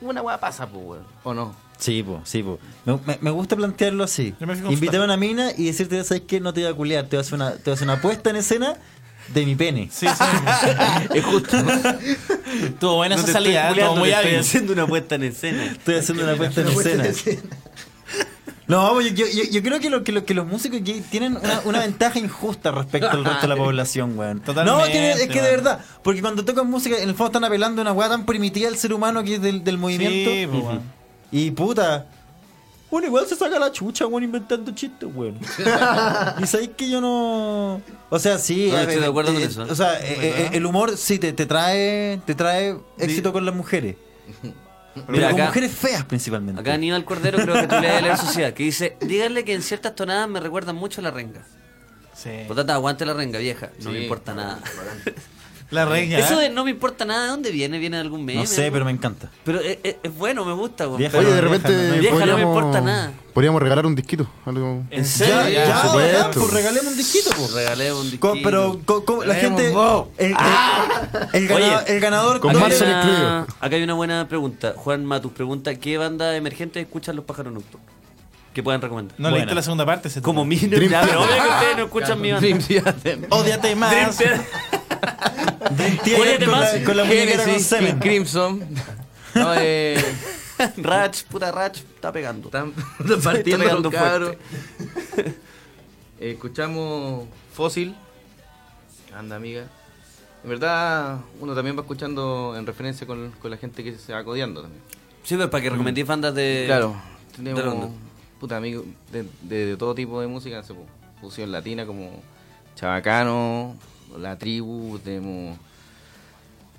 G: Una weá pasa, pues, weón, o no.
D: Sí, po, sí, po. Me, me- me gusta plantearlo así.
E: Yo me fui con
D: Invitar
E: Fran.
D: a una mina y decirte, ¿sabes qué? No te voy a culear, te voy a hacer una, te voy a hacer una puesta en escena de mi pene.
E: Sí, sí.
C: [laughs] Es justo.
E: Tuvo buena
C: No
E: esa
C: te estoy
E: salida, ¿eh?
C: culeando,
E: Estuvo muy
C: te estoy
E: hábil.
C: haciendo una puesta en escena.
D: [laughs] Estoy haciendo una puesta en escena. No, po, yo, yo- yo- yo creo que, lo- que lo- que los músicos que tienen una, una ventaja injusta respecto al resto de
C: [laughs]
D: la población, weón.
E: Totalmente,
D: no, tiene- es que de
E: weón.
D: verdad, porque cuando tocan música, en el fondo están apelando a una weá tan primitiva del ser humano que es del, del movimiento.
E: Sí, po, weón.
D: Y puta. Bueno, igual se saca la chucha, weón, inventando chistes, weón. y sabéis que yo no. O sea, sí.
C: No,
D: eh,
C: estoy de
D: eh,
C: acuerdo con
D: eh,
C: eso, ¿eh?
D: O sea, eh, eh, el humor sí te, te trae te trae éxito con las mujeres. Pero
C: Mira,
D: con
C: acá-
D: mujeres feas principalmente.
C: Acá Aníbal Cordero creo que tú le debes leer sociedad, que dice, díganle que en ciertas tonadas me recuerdan mucho a la renga.
E: Sí.
C: Por tanto, aguante la renga, vieja. No
G: Sí.
C: me importa nada.
E: La reina.
C: Eso
E: ¿eh?
C: de no me importa nada, ¿de dónde viene? ¿Viene de algún meme?
D: no sé, pero me encanta.
C: Pero es, es- es bueno, me gusta, güey.
D: Vieja,
F: Oye,
D: no,
F: de
D: vieja,
F: repente
D: no,
C: vieja, no me
F: podríamos,
C: importa nada.
F: podríamos regalar un disquito. algo-
C: ¿En serio?
D: Ya,
C: Ya,
D: ya,
F: por
D: ya,
F: supuesto.
D: pues regalemos un disquito, pues.
C: Regalé un disquito.
D: Co- pero co- co- la
E: Regalemos
D: gente.
E: vos.
D: El, el- el gana-
C: Oye,
D: el ganador.
F: con
D: de-
C: acá, hay
F: Marcel
C: una-
F: incluido.
C: acá hay una buena pregunta. Juan Matus pregunta, ¿qué banda emergente escuchan los pájaros nocturnos? Que puedan recomendar.
E: No
D: Buena.
E: leíste la segunda parte. se te-
C: Como mino,
F: Dream
C: ya, pero
F: Theater.
C: obvio que ustedes no escuchan
G: [laughs]
C: mi banda.
G: Dream Theater.
E: Ódiate más.
D: de- tiene
C: Oye,
D: con,
C: además,
D: la, con la muñequera con
G: Genesis,
D: semen. [laughs]
G: King Crimson. No, eh.
C: Ratch, puta Ratch, está pegando.
G: Están [laughs]
C: partiendo
G: partiendo
C: los
G: los cabros. [laughs] Eh, Escuchamos Fósil. Anda, amiga. En verdad, uno también va escuchando en referencia con, con la gente que se va codeando también.
C: Sí, pero
D: Mm.
C: para que recomendéis bandas de...
G: claro,
C: de Londres.
G: tenemos puta amigos de, de- de todo tipo de música, se pu- fusión latina como Chabacano, La Tribu, tenemos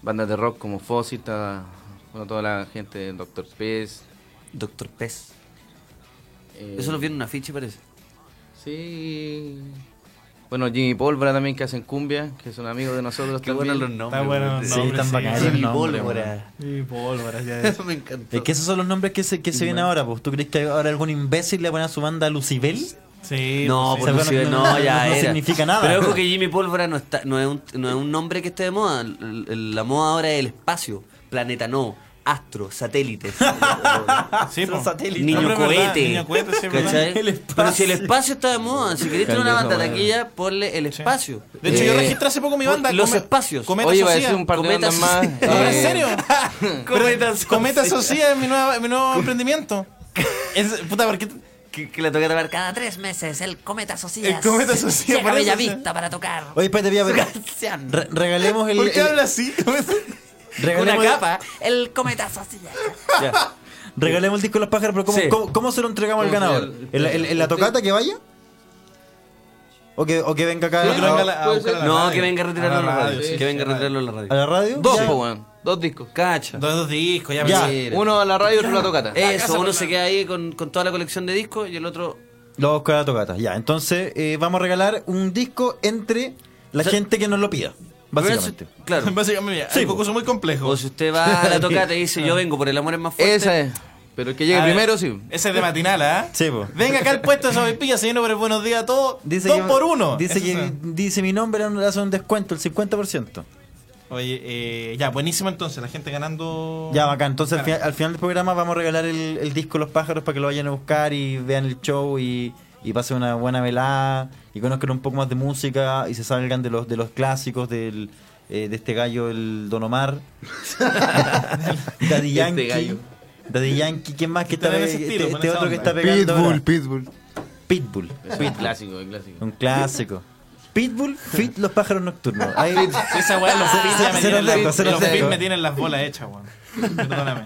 G: bandas de rock como Fósil, está, bueno, toda la gente de Doctor Space.
C: Doctor Pez.
G: eh,
C: Eso lo vi en una ficha, parece.
G: Sí. Bueno, Jimmy Pólvora también que hacen cumbia, que son amigos de nosotros
C: Qué
G: también.
C: buenos los nombres.
E: Está bueno.
D: Sí,
E: hombre,
D: tan
E: sí.
D: bacanes
E: Sí,
D: los
E: mi
D: nombres,
E: pólvora.
D: weón.
E: Sí, pólvora, ya es.
C: Me encantó.
D: Es que esos son los nombres que se, que se vienen ahora, pues. ¿Tú crees que ahora algún imbécil le pone a su banda Lucibel?
E: Sí,
C: No,
E: pues
C: por
D: sí.
C: Lucibel,
D: Bueno,
C: no,
D: no- no-
C: ya
D: no
C: era.
D: significa nada.
C: Pero ojo que Jimmy Pólvora no, está, no, es un, no es un nombre que esté de moda. L- l- La moda ahora es el espacio. Planeta No, Astro, Satélites.
E: Sí, pues. po.
C: pues.
D: satélites.
C: Niño
E: Hombre, ¿verdad?
C: cohete.
E: Niño cohete, sí, ¿verdad?
C: ¿Cachai?
D: El espacio.
C: Pero si el espacio está de moda, si querés tener una
D: Calma,
C: banda
D: bueno.
C: taquilla, ponle el espacio.
E: De hecho, yo
C: Eh,
E: registré hace poco mi banda.
C: Los
E: Come-
C: espacios.
E: Cometa
C: Oye,
E: Oye,
C: iba a
E: Socia.
C: decir un par de
E: Cometa
C: bandas más.
E: Socia.
C: [laughs]
E: No, ¿En
C: Eh,
E: serio?
C: Cometa
E: Cometa,
C: Socia.
E: Cometa Socia es mi, nueva, mi nuevo emprendimiento. Es, puta, ¿por qué?
C: Que, que le toca tocar cada tres meses el Cometa Socias.
E: El Cometa Socias,
C: Llega a
E: por eso,
C: Bella
E: sí.
C: Vista para tocar.
D: Oye, espérate, voy a ver.
C: canción.
D: Re- regalemos el.
E: ¿Por qué
D: el-
E: habla [laughs] así?
C: Ah, Una
D: regalemos, el,
C: capa. El Cometa Socias. Ya.
D: regalemos el disco de los pájaros, pero ¿cómo,
C: Sí.
D: cómo, cómo se lo entregamos al
G: ¿Cómo
D: ganador?
G: se lo-
D: ¿En la, en- en la tocata que vaya? ¿O que, o que venga acá
G: Sí,
D: a,
E: que venga la- a
G: puede
E: buscar
G: ser.
E: a la
C: No,
E: radio.
C: que venga a retirarlo
E: A
C: en la radio.
E: sí,
C: Que venga a
E: a la radio.
C: retirarlo en la
D: a
C: radio.
D: la radio?
G: Dos,
D: Ya.
G: po, weón. Dos discos.
C: Cacha.
E: Dos, ah, dos discos, ya,
D: Ya.
E: me-
G: Uno a la radio y otro a la tocata.
C: Eso, uno se queda ahí con, con toda la colección de discos y el otro.
D: Los Oscar a Tocata, ya. Entonces, eh, vamos a regalar un disco entre la gente que nos lo pida, básicamente.
C: Claro.
E: [laughs]
C: [laughs]
E: Básicamente, mira, sí,
D: po.
E: concurso muy complejo.
C: O si usted va a la tocata y dice, yo vengo por el amor es más fuerte.
G: Esa es. Pero el que
E: A
G: llegue
E: ver,
G: primero, sí.
E: Ese es de matinal, ¿ah?
D: Sí, po.
E: Venga acá al puesto de Sobrepilla, señor, por el buenos días a todos.
D: Dice
E: dos
D: que-
E: por uno.
D: Dice
E: Eso
D: que
E: es.
D: dice mi nombre le hace un descuento, el 50%.
E: Oye, eh, ya, buenísimo entonces, la gente ganando.
D: Ya, bacán. Entonces, al,
E: Claro.
D: final- al final del programa vamos a regalar el, el disco Los Pájaros para que lo vayan a buscar y vean el show y, y pasen una buena velada y conozcan un poco más de música y se salgan de los, de los clásicos del, eh, de este gallo, el Don [laughs] Omar. Daddy Yankee.
G: gallo.
D: Daddy Yankee, ¿quién más que este está
E: Están en
D: pe-
E: ese
D: este,
E: estilo, con
D: este
E: esa
D: otro que
E: onda.
D: está pegando?
F: Pitbull,
D: ahora?
F: Pitbull.
D: Pitbull.
G: Es un clásico, un clásico.
D: Un clásico. Pitbull, Fit, Los Pájaros Nocturnos. Ahí-
E: Esa weá, los pits ya me
D: Cero
E: tienen las-
D: lejos, cero
E: los pits
D: lejos.
E: me tienen las bolas hechas, weón. Perdóname.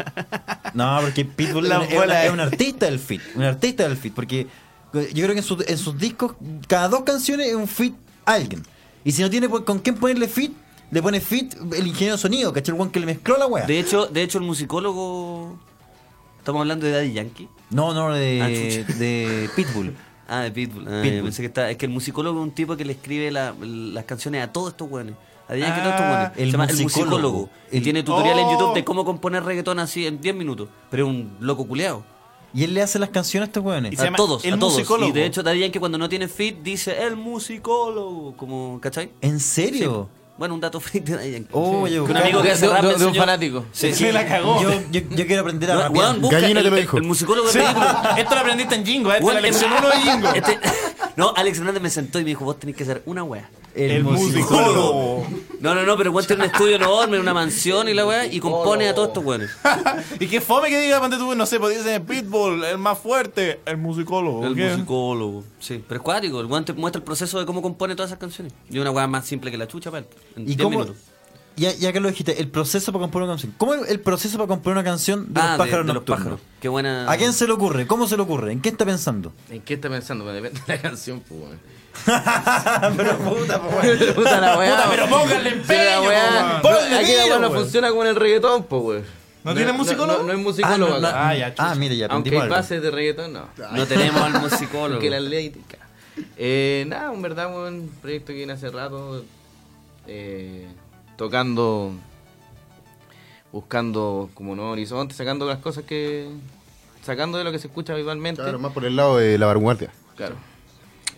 D: No, porque Pitbull
E: La
D: es, es
E: bola
D: una-
E: de-
D: es un artista del fit. Un artista del fit. Porque eh, yo creo que en, su- en sus discos, cada dos canciones es un fit a alguien. Y si no tiene pues, con quién ponerle fit, le pone fit el ingeniero de sonido, ¿cachai? El one que le mezcló la wea.
C: De hecho, de hecho, el musicólogo. Estamos hablando de Daddy Yankee.
D: No, no,
C: Ah,
D: de,
C: chucha.
D: de Pitbull.
C: Ah, de Pitbull. Ah,
D: Pitbull.
C: pensé que está- Es que el musicólogo es un tipo que le escribe la- las canciones a todos estos güeyes. A Daddy Yankee a todos estos
E: Ah,
C: güeyes. Se
D: el
C: llama
D: musicólogo.
C: El Musicólogo. Y
D: El-
C: tiene tutorial en
E: Oh.
C: YouTube de cómo componer reggaetón así en 10 minutos. Pero es un loco culeado.
D: Y él le hace las canciones a estos weones.
E: Y se
C: A
E: llama
C: todos,
E: El
C: a todos.
E: Musicólogo.
C: Y de hecho, Daddy Yankee cuando no tiene fit dice el musicólogo. Como, ¿cachai?
D: ¿En serio?
C: Bueno, un dato [laughs] freak de Daddy Yankee.
D: Oh, oye,
C: Que un
D: buscar-
C: amigo que hace
G: De- de-
C: rap me
G: de un
C: enseñó-
G: fanático.
C: Sí, sí.
E: Se la cagó.
D: Yo, yo- yo quiero aprender a
C: No,
D: rapear.
C: weón, busca
F: Gallina
C: el,
F: te lo
C: el-
F: dijo.
C: el musicólogo de
E: Sí. [laughs]
C: película.
E: Esto lo aprendiste en Jingo, ¿eh? Esta es
C: Weón,
E: la
C: el-
E: lección uno de Jingo.
C: este- [laughs] no, Alex Hernández me sentó y me dijo, vos tenés que hacer una wea.
E: El musicólogo.
C: No, no, no, pero weón tiene un estudio enorme, una mansión y la wea, y compone a todos estos weones.
E: y qué fome que diga, ponte tú, no sé, pues dicen Pitbull, el más fuerte, el musicólogo.
C: El
E: ¿qué?
C: musicólogo. Sí, pero es cuático, el weón te muestra el proceso de cómo compone todas esas canciones. Y una wea más simple que la chucha, para él. En
D: ¿Y
C: 10
D: cómo?
C: minutos.
D: Ya, ya que lo dijiste, el proceso para componer una canción. ¿Cómo es el proceso para componer una canción de
C: Ah,
D: los pájaros
C: de los
D: nocturnos?
C: pájaros. Qué buena.
D: ¿A quién se le ocurre? ¿Cómo se le ocurre? ¿En qué está pensando?
G: ¿En qué está pensando? Bueno, Depende de la canción, pues, weón.
D: [laughs] Pero puta, pues, po, weón.
G: Puta la weá.
E: Puta, pero póngale
G: Sí, la
E: empeño,
G: weá.
E: po, weón.
G: No, Aquí la
E: Ponle
G: weá no
E: tiro,
G: funciona con el reggaetón, pues, weón.
E: ¿No tiene musicólogo?
G: No, no, no es
D: Ah,
G: musicólogo.
D: no, no.
G: acá.
E: Ah, ya, chucha.
D: Ah, mira, ya aprendimos
G: Aunque hay
D: algo.
G: bases de reggaetón, no.
C: No tenemos al musicólogo.
G: Que la ley. ca- Eh, nada, en verdad, un proyecto que viene hace rato. eh, tocando. Buscando como no horizonte, sacando las cosas que. Sacando de lo que se escucha habitualmente.
F: Claro, más por el lado de la vanguardia.
G: Claro.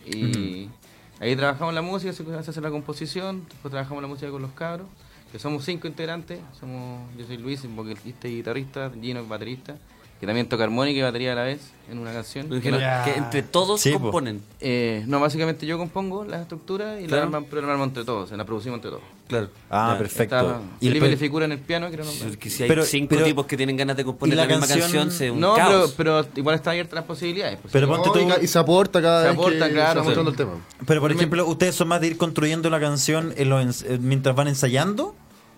G: Y ahí trabajamos la música, se se hace la composición, después trabajamos la música con los cabros, que somos cinco integrantes. Somos, yo soy Luis, vocalista y guitarrista, Gino es baterista, que también toca armónica y batería a la vez en una canción.
C: Me dijeron
E: Ya.
C: que entre todos
D: Sí, po.
C: componen.
G: Eh, no, básicamente yo compongo las estructuras y
C: Claro.
G: la arman, pero la armamos entre todos, la producimos entre todos.
C: Claro.
D: Ah,
C: Ya.
D: perfecto.
G: Está
D: Y el
G: Felipe
D: pe-
G: le figura en el piano, que era un hombre.
C: Porque si hay
D: Pero-
C: cinco
D: pero-
C: tipos que tienen ganas de componer
D: ¿y la
C: la, misma
D: canción?
C: canción, se un
G: No,
C: caos.
G: pero, pero igual están abiertas las posibilidades. pues,
D: Pero
G: sí.
D: ponte
F: No, y,
D: tú-
F: ca- y se aporta cada
G: Se
F: vez
G: aporta,
F: que
G: claro.
F: se va mostrando el tema.
D: Pero por ejemplo, ¿ustedes son más de ir construyendo la canción en los ens- eh, mientras van ensayando?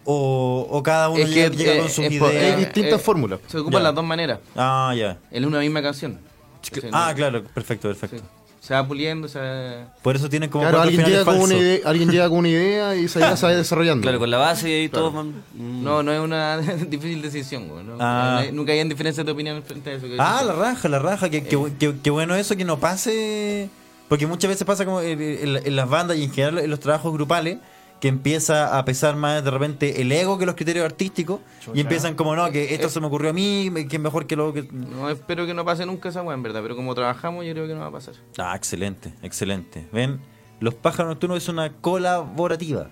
D: ¿O, o cada uno
G: Es
D: llega,
G: que,
D: llega
G: eh,
D: con sus
G: es por-
F: Hay
D: ideas?
G: eh,
F: distintas
G: eh,
F: fórmulas.
G: Se ocupan
D: Ya.
G: las dos maneras.
D: ah, ya.
G: Es una misma canción. Entonces,
D: Ah,
G: no-
D: claro, perfecto, perfecto.
G: Sí. Se va puliendo, se va...
D: Por eso tienen como
F: Claro,
D: cuatro
F: alguien
D: finales
F: llega, con
D: falsos.
F: una idea, alguien llega con una idea y se va desarrollando.
C: Claro, con la base y ahí todos van. Mm.
G: No, no es una [laughs] difícil decisión, güey, ¿no?
D: Ah.
G: No hay- Nunca hayan diferencias de opinión frente a eso. que
D: Ah,
G: decís.
D: la raja, la raja. Qué
E: Eh.
D: que, que- que bueno eso, que no pase. Porque muchas veces pasa como en, en- en las bandas y en general en los trabajos grupales que empieza a pesar más de repente el ego que los criterios artísticos y empiezan como no,
E: Eh,
D: que esto se me ocurrió a mí, me- que es mejor que lo que...
G: No, espero que no pase nunca esa weá, en verdad, pero como trabajamos yo creo que no va a pasar.
D: Ah, excelente, excelente. Ven, Los Pájaros Nocturnos es una colaborativa.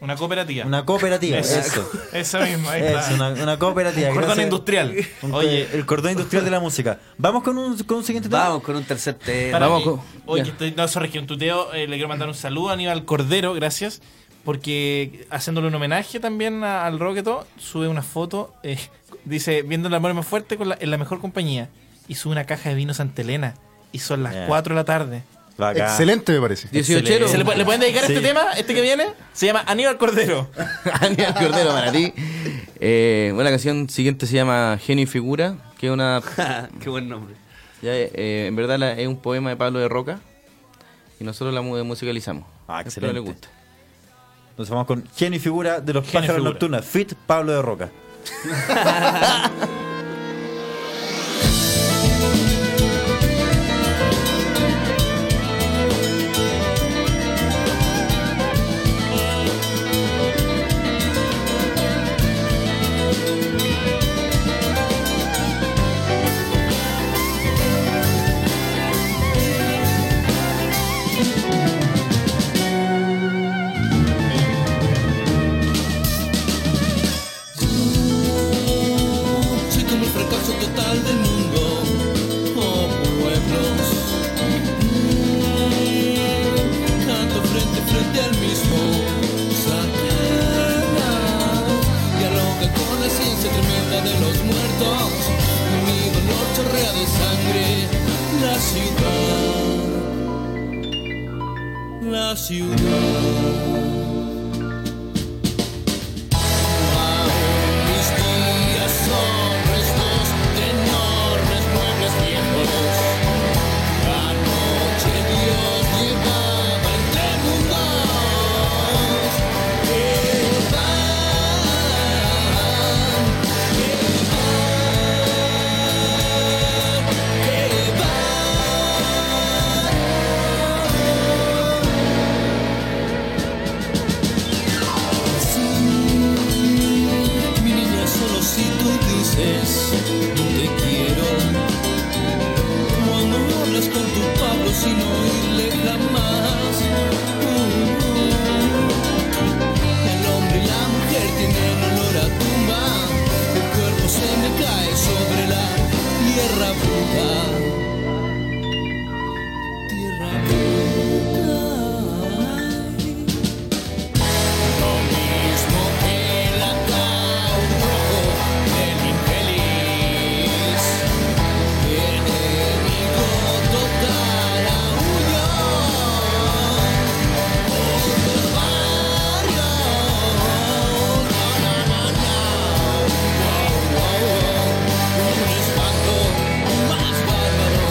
E: Una cooperativa. [laughs]
D: Una cooperativa, eso.
E: Esa misma, ahí
D: Eso,
E: está.
D: una, una cooperativa.
E: Un [laughs] cordón
D: gracias.
E: industrial.
D: Un-
E: Oye.
D: el cordón industrial de la música. Vamos con un, con un siguiente tema.
C: Vamos con un tercer tema.
E: Para
G: Vamos,
E: mí-
G: co-
E: oye,
G: ya.
E: estoy, no, sorry, que un tuteo. eh, le quiero mandar un saludo a Aníbal Cordero, gracias. Porque haciéndole un homenaje también a- al rock y todo, sube una foto. eh, dice, viendo el amor más fuerte con la- en la mejor compañía. Y sube una caja de vino Santa Elena. Y son las
D: Yeah.
E: 4 de la tarde.
D: Bacán.
F: Excelente, me parece.
G: 18
E: ¿Se le, pu- le pueden dedicar
D: Sí.
E: este tema, este que viene? Se llama Aníbal Cordero.
G: [laughs] Aníbal Cordero para ti. Eh, bueno, la canción siguiente se llama Genio y Figura, que es una.
C: [laughs] Qué buen nombre.
G: ya, eh, en verdad la- es un poema de Pablo de Roca y nosotros la mu- musicalizamos.
D: Ah,
G: Espero
D: excelente.
G: les guste.
D: Entonces vamos con Genio y Figura de los
E: Genio y
D: Pájaros
E: Figura.
D: Nocturnas. Fit Pablo de Roca.
H: Soy como el fracaso total del mundo, oh pueblos. Mm, Tanto frente frente al mismo, Satanás. Dialoga con la ciencia tremenda de los muertos. Mi dolor chorrea de sangre, la ciudad. La ciudad. Mis días son restos de enormes muebles viejos. Anoche Dios llevaba entre mundos. Que van, que van, que van. Mi niña, solo si tú dices te quiero. Cuando hablas con tu Pablo sin oírle jamás. Uh, El hombre y la mujer tienen olor a tumba. El cuerpo se me cae sobre la tierra bruta. Tierra bruta. Lo mismo que el ataúd rojo del infeliz, enemigo total a unión, otro barrio, na, na, na, wow, wow, wow, un espanto más bárbaro,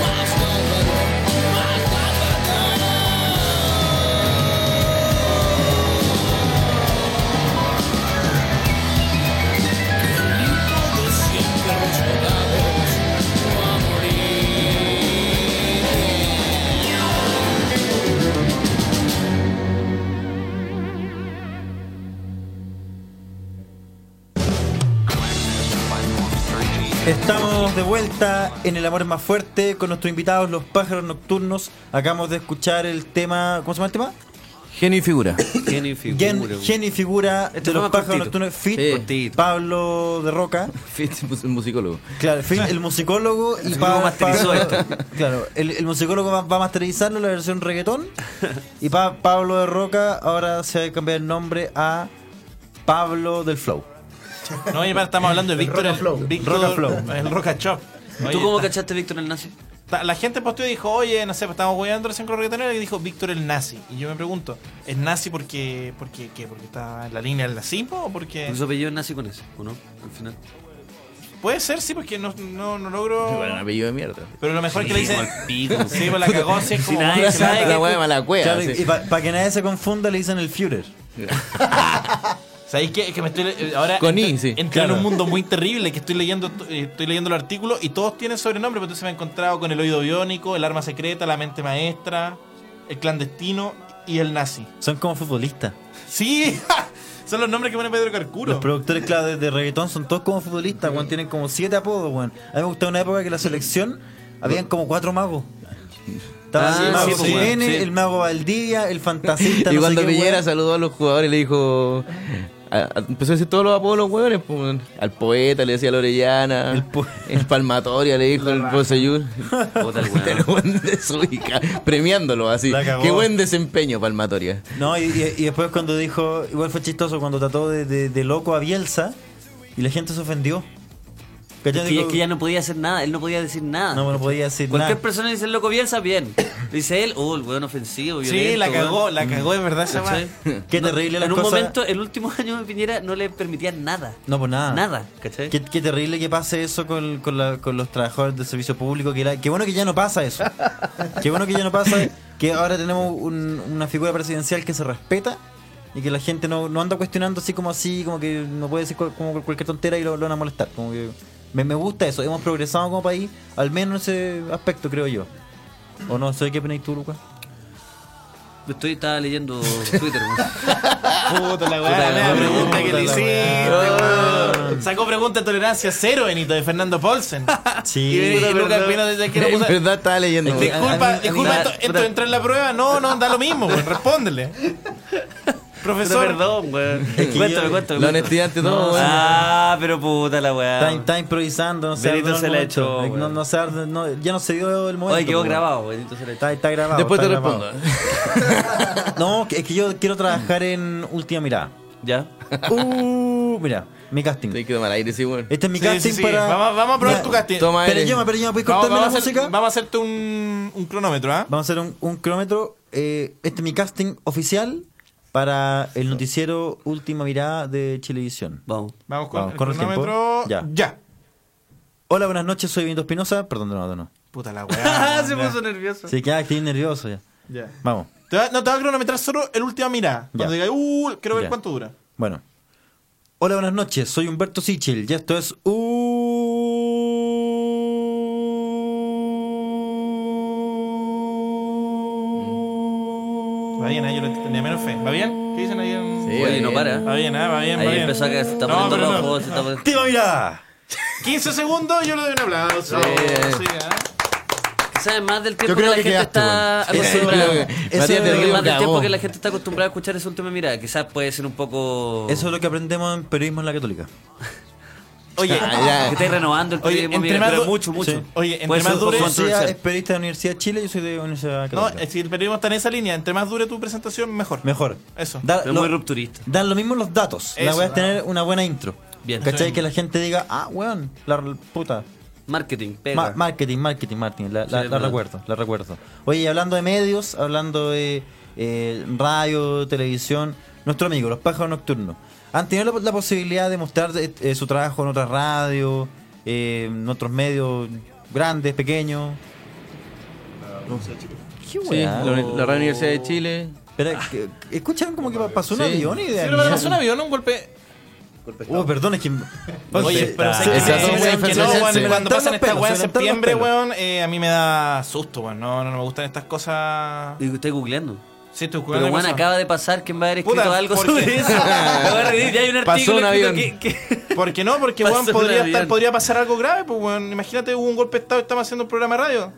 H: más bárbaro, más bárbaro. Todos siempre rescatados a morir.
D: Estamos de vuelta en El Amor es Más Fuerte con nuestros invitados, los Pájaros Nocturnos. Acabamos de escuchar el tema. ¿Cómo se llama el tema?
G: Genio y [laughs] Figura.
C: Genio y figura.
D: Gen, Gen y Figura
C: Este
D: de los
C: fue más
D: Pájaros
C: cortito.
D: Nocturnos. Fit
G: Sí.
C: Cortito.
D: Pablo de Roca.
G: Fitz, un musicólogo.
D: Claro, Phil, el musicólogo y
C: Musicólogo
D: Pablo
C: masterizó
D: [laughs] Claro, el, el musicólogo va, va a masterizarlo la versión reggaetón. Y pa- Pablo de Roca ahora se va a cambiar el nombre a Pablo del Flow.
E: No, oye, para, estamos hablando de Víctor. El
F: Flow.
E: Víctor-
D: Roca Flow.
E: El Roca Chop. Oye,
C: ¿Tú cómo
E: está-
C: cachaste Víctor el Nazi?
E: Ta- La gente posteó y dijo, oye, no sé, pues estamos hueveando recién con los reggaetoneros", y dijo Víctor el nazi. Y yo me pregunto, ¿es nazi porque, porque, qué? ¿Porque está en la línea del nazismo o porque...?
C: ¿Por su apellido es Nazi con ese? ¿O no? Al final.
E: Puede ser, sí, porque no, no, no
G: Bueno, un
E: logro...
G: apellido de mierda.
E: Pero lo mejor que le dicen...
C: Al pico.
E: Sí, pues la cagó, sí, es
C: Si
E: como...
C: nadie
E: "Oye,
C: sabe
E: manda".
G: La hueá de mala cueva,
D: Claro,
G: sí.
D: y para que nadie se confunda le dicen el Führer.
E: ¿Sabéis qué? Es que me estoy... eh, Ahora
G: Con I,
E: entro-
G: sí.
E: entré
D: Claro.
E: en un mundo muy terrible que estoy leyendo eh, estoy leyendo los artículos y todos tienen sobrenombre, pero entonces me he encontrado con el oído biónico, el arma secreta, la mente maestra, el clandestino y el nazi. [laughs]
D: Son como futbolistas.
E: Sí, [laughs] son los nombres que pone Pedro Carcuro.
D: Los productores, claro, de, de reggaetón son todos como futbolistas, weón. Tienen como siete apodos, weón. A mí me gustaba una época que la selección habían como cuatro magos. Estaba
G: Ah,
D: el mago
G: sí, pues,
D: Jiménez,
C: bueno, sí.
D: el mago Valdivia,
C: [laughs]
D: el fantasista.
G: Y
D: no sé
G: cuando
D: qué,
G: Piñera
D: weón.
G: saludó a los jugadores le dijo. a- a- empezó a decir todos los apodos los hueones, po, weón. Al poeta le decía a la Orellana. El, palmatoria le dijo el Poseyur.
C: Puta el weón.
G: Pero weón [laughs] desubica, premiándolo así.
D: La cagó.
G: Qué buen desempeño, palmatoria.
D: No, y, y- y después cuando dijo, igual fue chistoso cuando trató de, de- de loco a Bielsa y la gente se ofendió. ¿Cachai?
C: Es que,
D: Dijo,
C: es que ya no podía hacer nada, él no podía decir nada.
D: No, no podía decir
C: Cualquier
D: nada.
C: persona dice el loco Bielsa, bien. [coughs] Dice él, oh, el weón ofensivo,
E: Sí, la
C: violento,
E: cagó,
C: weón".
E: la cagó de verdad esa
C: ¿Cachai?
E: weá.
D: Qué
C: No,
D: terrible
C: En
D: las
C: un
D: cosas-
C: momento, el último [laughs] año de Piñera no le permitían nada.
D: No, pues nada.
C: Nada, ¿cachai?
D: Qué, qué terrible que pase eso con, con la- con los trabajadores del servicio público. Que era- qué bueno que ya no pasa eso. qué bueno que ya no pasa. Que ahora tenemos un- una figura presidencial que se respeta y que la gente no, no anda cuestionando así como así, como que no puede decir cual- como cualquier tontera y lo, lo van a molestar. Como que me, me gusta eso. Hemos progresado como país, al menos en ese aspecto, creo yo. ¿O no? ¿Sé qué opináis tú, Lucas?
C: Estoy, estaba
D: [laughs]
C: leyendo Twitter. weón.
E: Puta la
C: Puta
E: weá,
C: la
E: la
C: weá,
E: pregunta que
D: puta
E: le
D: la
E: hiciste,
C: weá.
E: weón. Sacó pregunta de tolerancia cero, Benito, de Fernando Paulsen. Y,
D: Sí.
E: y Ah, Lucas Pino desde que lo
G: En
E: puso-
G: verdad estaba leyendo.
D: Es que-
G: weón.
E: Disculpa,
D: A mí- a
E: disculpa,
D: mí-
E: esto, esto entró en la prueba. No, no, da lo mismo, weón, respóndele.
C: Puta,
E: Profesor,
C: perdón, weón.
D: yo-
C: Cuéntame, cuéntame.
G: La
C: cuéntame.
G: honestidad ante todo,
C: No,
G: weón.
C: Ah, pero puta la
D: Está,
C: weá.
D: está improvisando, no sé.
C: Benito se la echó,
D: No,
C: weón.
D: no se arde- no, ya no se dio el momento.
C: Oye, quedó
D: weón.
C: grabado, weón. Entonces era-
D: Está, está grabado.
G: Después te
D: está
G: respondo.
D: grabado. [laughs] No, que- es que yo quiero trabajar en
E: [laughs]
D: Última Mirada.
C: Ya.
D: Uh, mira, mi casting.
G: Te quedó mal aire, sí, weón.
D: Este es mi
E: Sí,
D: casting
E: sí, sí.
D: para.
E: Vamos, vamos a probar
D: Ya.
E: tu casting.
G: Toma
D: Pero
G: aire.
D: yo, pero yo, ¿puedes
E: Vamos,
D: cortarme
E: vamos a
D: la
E: hacer-
D: música?
E: vamos a hacerte un, un cronómetro, ¿ah?
D: Vamos a hacer un, un cronómetro. Eh, este es mi casting oficial para el noticiero Última Mirada de Chilevisión.
C: Vamos.
E: Vamos con
D: Vamos,
E: el
D: corre el tiempo.
E: cronómetro.
D: Ya. Hola, buenas noches, soy Benito Espinosa. Perdón, no, no, no.
E: Puta la weá.
C: Se
E: ya.
C: puso nervioso.
D: Sí, que ah, estoy nervioso ya.
E: Ya.
D: Vamos.
E: Te va- no, te va a cronometrar solo el última mirada. Cuando
D: Ya.
E: diga, uh, quiero ver
D: Ya.
E: cuánto dura.
D: Bueno. Hola, buenas noches. Soy Humberto Sichel y esto es uh,
E: Va bien, ¿eh? yo le tenía menos fe. ¿Va bien? ¿Qué dicen ahí? en-
G: Sí,
C: Oye, no
G: bien.
C: para.
E: Va bien, ¿eh? va bien, va
C: Ahí
E: bien.
C: empezó a caer, se está
E: No,
C: poniendo
E: pero no.
C: rojo, se está poniendo...
D: Última Mirada.
E: 15 segundos, yo le doy un aplauso.
G: Bien.
E: Sí, ¿eh?
C: ¿Sabes más del tiempo
F: creo
C: que la
F: que
C: gente
F: quedaste,
C: está [laughs]
G: Eso-
C: acostumbrada?
G: eso-
D: Matías
G: eso-
D: Delgado
C: Más del tiempo
G: cagó.
C: que la gente está acostumbrada a escuchar ese último mirada. Quizás puede ser un poco...
D: Eso es lo que aprendemos en periodismo en la católica.
E: Oye,
G: Ah, ya.
C: Que estáis renovando el
E: Oye,
C: periodismo,
E: entre
C: mira,
E: más
C: pero
E: du-
C: mucho, mucho.
E: Sí. Oye, entre
C: Puede ser
E: más
C: un
E: dure-
C: poco
D: Tú
C: controversial.
D: es periodista de la Universidad de Chile, yo soy de la Universidad
E: no,
C: eh,
E: eh,
D: Católica.
E: si el periodismo está en esa línea, entre más dure tu presentación, mejor.
D: Mejor.
E: Eso.
D: Da
C: Pero
D: lo-
C: muy rupturista.
D: Dan lo mismo los datos. la
E: Eso,
D: voy a
E: da.
D: tener una buena intro.
C: Bien.
D: ¿Cachai?
E: Sí.
D: Que la gente diga, ah, weón, la r- puta.
C: Marketing,
D: Ma-
C: pega.
D: marketing, marketing, marketing. La, la-
C: es
D: la
C: verdad.
D: recuerdo, la recuerdo. Oye, y hablando de medios, hablando de eh, radio, televisión, nuestro amigo, los pájaros nocturnos. ¿Han tenido la, la posibilidad de mostrar eh, eh, su trabajo en otras radios, eh, en otros medios grandes, pequeños? Qué
G: Sí,
D: weá.
G: la, la Radio Universidad de Chile.
D: Pero, ¿qué- ¿Escucharon como que pa- pasó un
G: Sí.
D: avión y de
E: Pero
D: ahí-
E: para pasó un avión, un golpe.
D: Oh, perdón, es que. Pues
E: Oye, pero sé
G: está-
E: que,
G: está
E: sé
G: todo muy
E: que
G: defensa-
E: no,
G: se-
E: weón,
G: se
E: cuando
D: levantaron
E: pasan
D: los
E: esta
D: pelos,
E: weá en
D: se levantaron los
E: septiembre,
D: pelos.
E: weón, eh, a mí me da susto, weón. No, no, no me gustan estas cosas.
C: Y estoy googleando.
E: Sí, estoy jugando.
C: Pero
E: me
C: bueno,
E: pasa.
C: acaba de pasar que me va a haber escrito
E: Puta,
C: algo
E: ¿por
C: sobre
E: qué?
C: eso. Me voy a reír, ya hay un
G: Pasó
C: artículo
G: un
C: escrito que-
G: avión.
C: que-
E: ¿Por qué no? Porque weón,
C: Pasó un
E: podría,
C: avión.
E: estar- podría pasar algo grave, pues weón. Imagínate, hubo un golpe de estado y estamos haciendo un programa de radio.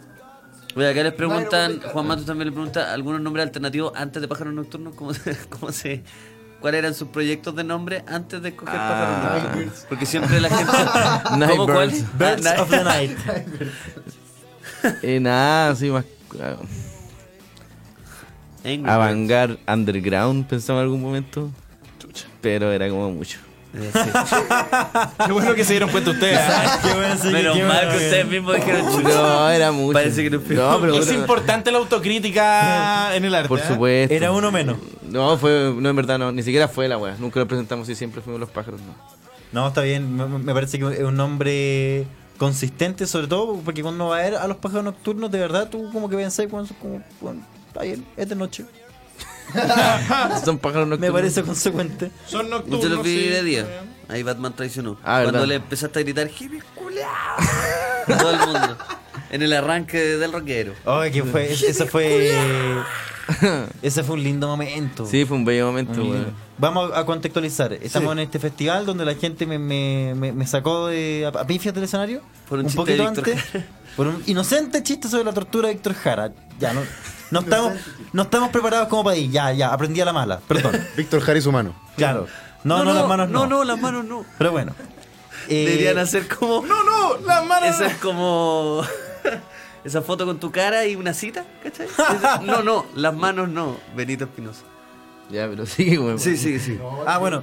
C: Oye, acá les preguntan, Juan Matos también le pregunta, ¿algunos nombres alternativos antes de Pájaros Nocturnos? ¿Cómo se, [laughs] cómo se, ¿Cuáles eran sus proyectos de nombre antes de escoger
G: Ah.
C: Pájaros Nocturnos? Porque siempre la
D: [laughs]
C: gente...
G: Night
C: ¿Cómo cuál?
G: Birds.
D: Birds
C: Ah,
D: of the Night.
G: Eh, nada, sí, más. ah,
C: [laughs] Angry
D: Ah,
C: Birds.
G: Avangar Underground, pensaba en algún momento. Pero era como mucho.
C: Eh, sí.
E: Qué bueno que se dieron cuenta ustedes. ¿eh?
D: Qué bueno, sí,
C: Menos
D: qué
C: mal
D: bueno,
C: que
D: que-
C: ustedes mismos dijeron
G: No, era mucho.
C: Parece que no fue-
G: No, pero.
E: es importante la autocrítica en el arte.
G: Por
E: ¿eh?
G: supuesto.
D: Era uno menos.
G: No, fue. No, en verdad, no. Ni siquiera fue la wea. Nunca lo presentamos y siempre fuimos los
E: [laughs]
G: pájaros, no.
D: No, está bien. Me, me parece que es un nombre consistente, sobre todo porque cuando va a ver a los pájaros nocturnos, de verdad tú como que pensás, bueno, son como, bueno, está bien, es de noche.
G: Son pájaros nocturnos.
D: Me parece consecuente.
E: Son
C: Yo
E: nocturnos.
C: te lo vi
E: sí,
C: de día.
E: está bien.
C: Ahí Batman traicionó.
G: Ah, ¿verdad?
C: Cuando le empezaste a gritar, ¡Jimmy culiao! a Todo el mundo. En el arranque del rockero.
D: Ay, Oh, que fue, ese fue. ese fue un lindo momento.
G: Sí, fue un bello momento,
D: Un lindo-
G: weón.
D: Vamos a a contextualizar. Estamos en este festival donde la gente me, me- me- me sacó de, a, a pifias del escenario.
C: Por un chiste de
D: poquito
C: Víctor
D: antes.
C: Jara.
D: [laughs] Por un inocente chiste sobre la tortura de Víctor Jara. Ya, no, no, estamos, no estamos preparados como país. Ya, ya, aprendí a la mala.
C: [laughs]
D: Perdón.
F: Víctor Jara su mano.
D: Claro. No, no, las manos no.
C: No, no, las manos no.
D: Pero bueno. Eh,
C: Deberían hacer como.
E: No, no, las manos.
C: Esa
E: [laughs]
C: es como. [laughs] Esa foto con tu cara y una cita,
E: [laughs]
C: ¿cachai? Esa- No, no, las manos no, Benito Espinosa.
G: Ya, pero [laughs] sigue, weón.
C: Sí, sí, sí.
D: Ah, bueno.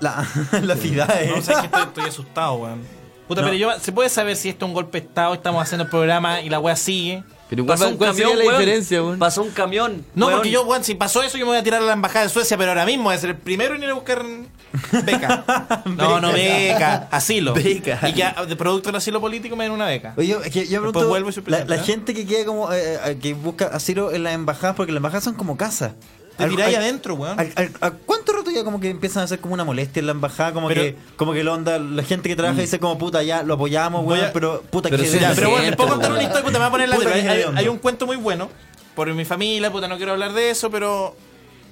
D: La [laughs] La, eh. FIDAE.
E: No, sabes que estoy, estoy asustado, weón. Puta,
D: No.
E: pero yo, ¿se puede saber si esto es un golpe de estado? Estamos haciendo el programa y la weá sigue.
G: Pero igual, ¿cuál, cuál sería la
C: weón.
G: diferencia, weón?
C: Pasó un camión.
E: No,
C: weón.
E: porque yo, weón, si pasó eso, yo me voy a tirar a la embajada de Suecia, pero ahora mismo voy a ser el primero en ir a buscar
C: [laughs]
E: beca. No, no, beca, asilo.
C: Beca.
E: Y ya, de producto del asilo político me den una beca.
D: Oye, yo- es que yo
E: Después
D: pregunto,
E: vuelvo y soy
D: la,
E: presidente,
D: la
E: ¿eh?
D: gente que queda como eh, eh, que busca asilo en las embajadas, porque las embajadas son como casas.
E: Te
D: Al-
E: tiráis
D: al-
E: adentro, weón.
D: al- al- ¿A cuánto rato ya como que empiezan a hacer como una molestia en la embajada? Como
E: Pero-
D: que como que la onda, la gente que trabaja dice como puta, ya lo apoyamos,
E: Voy
D: weón,
E: a-
D: pero puta
C: Mm. Pero
D: que
C: sí,
E: Ya,
C: lo
E: pero bueno, les
C: siento,
E: puedo contar
C: weón.
E: una historia, puta, me voy a poner la
D: Puta,
E: tele.
D: que
E: hay,
D: hediondo.
E: hay un cuento muy bueno por mi familia, puta, no quiero hablar de eso, pero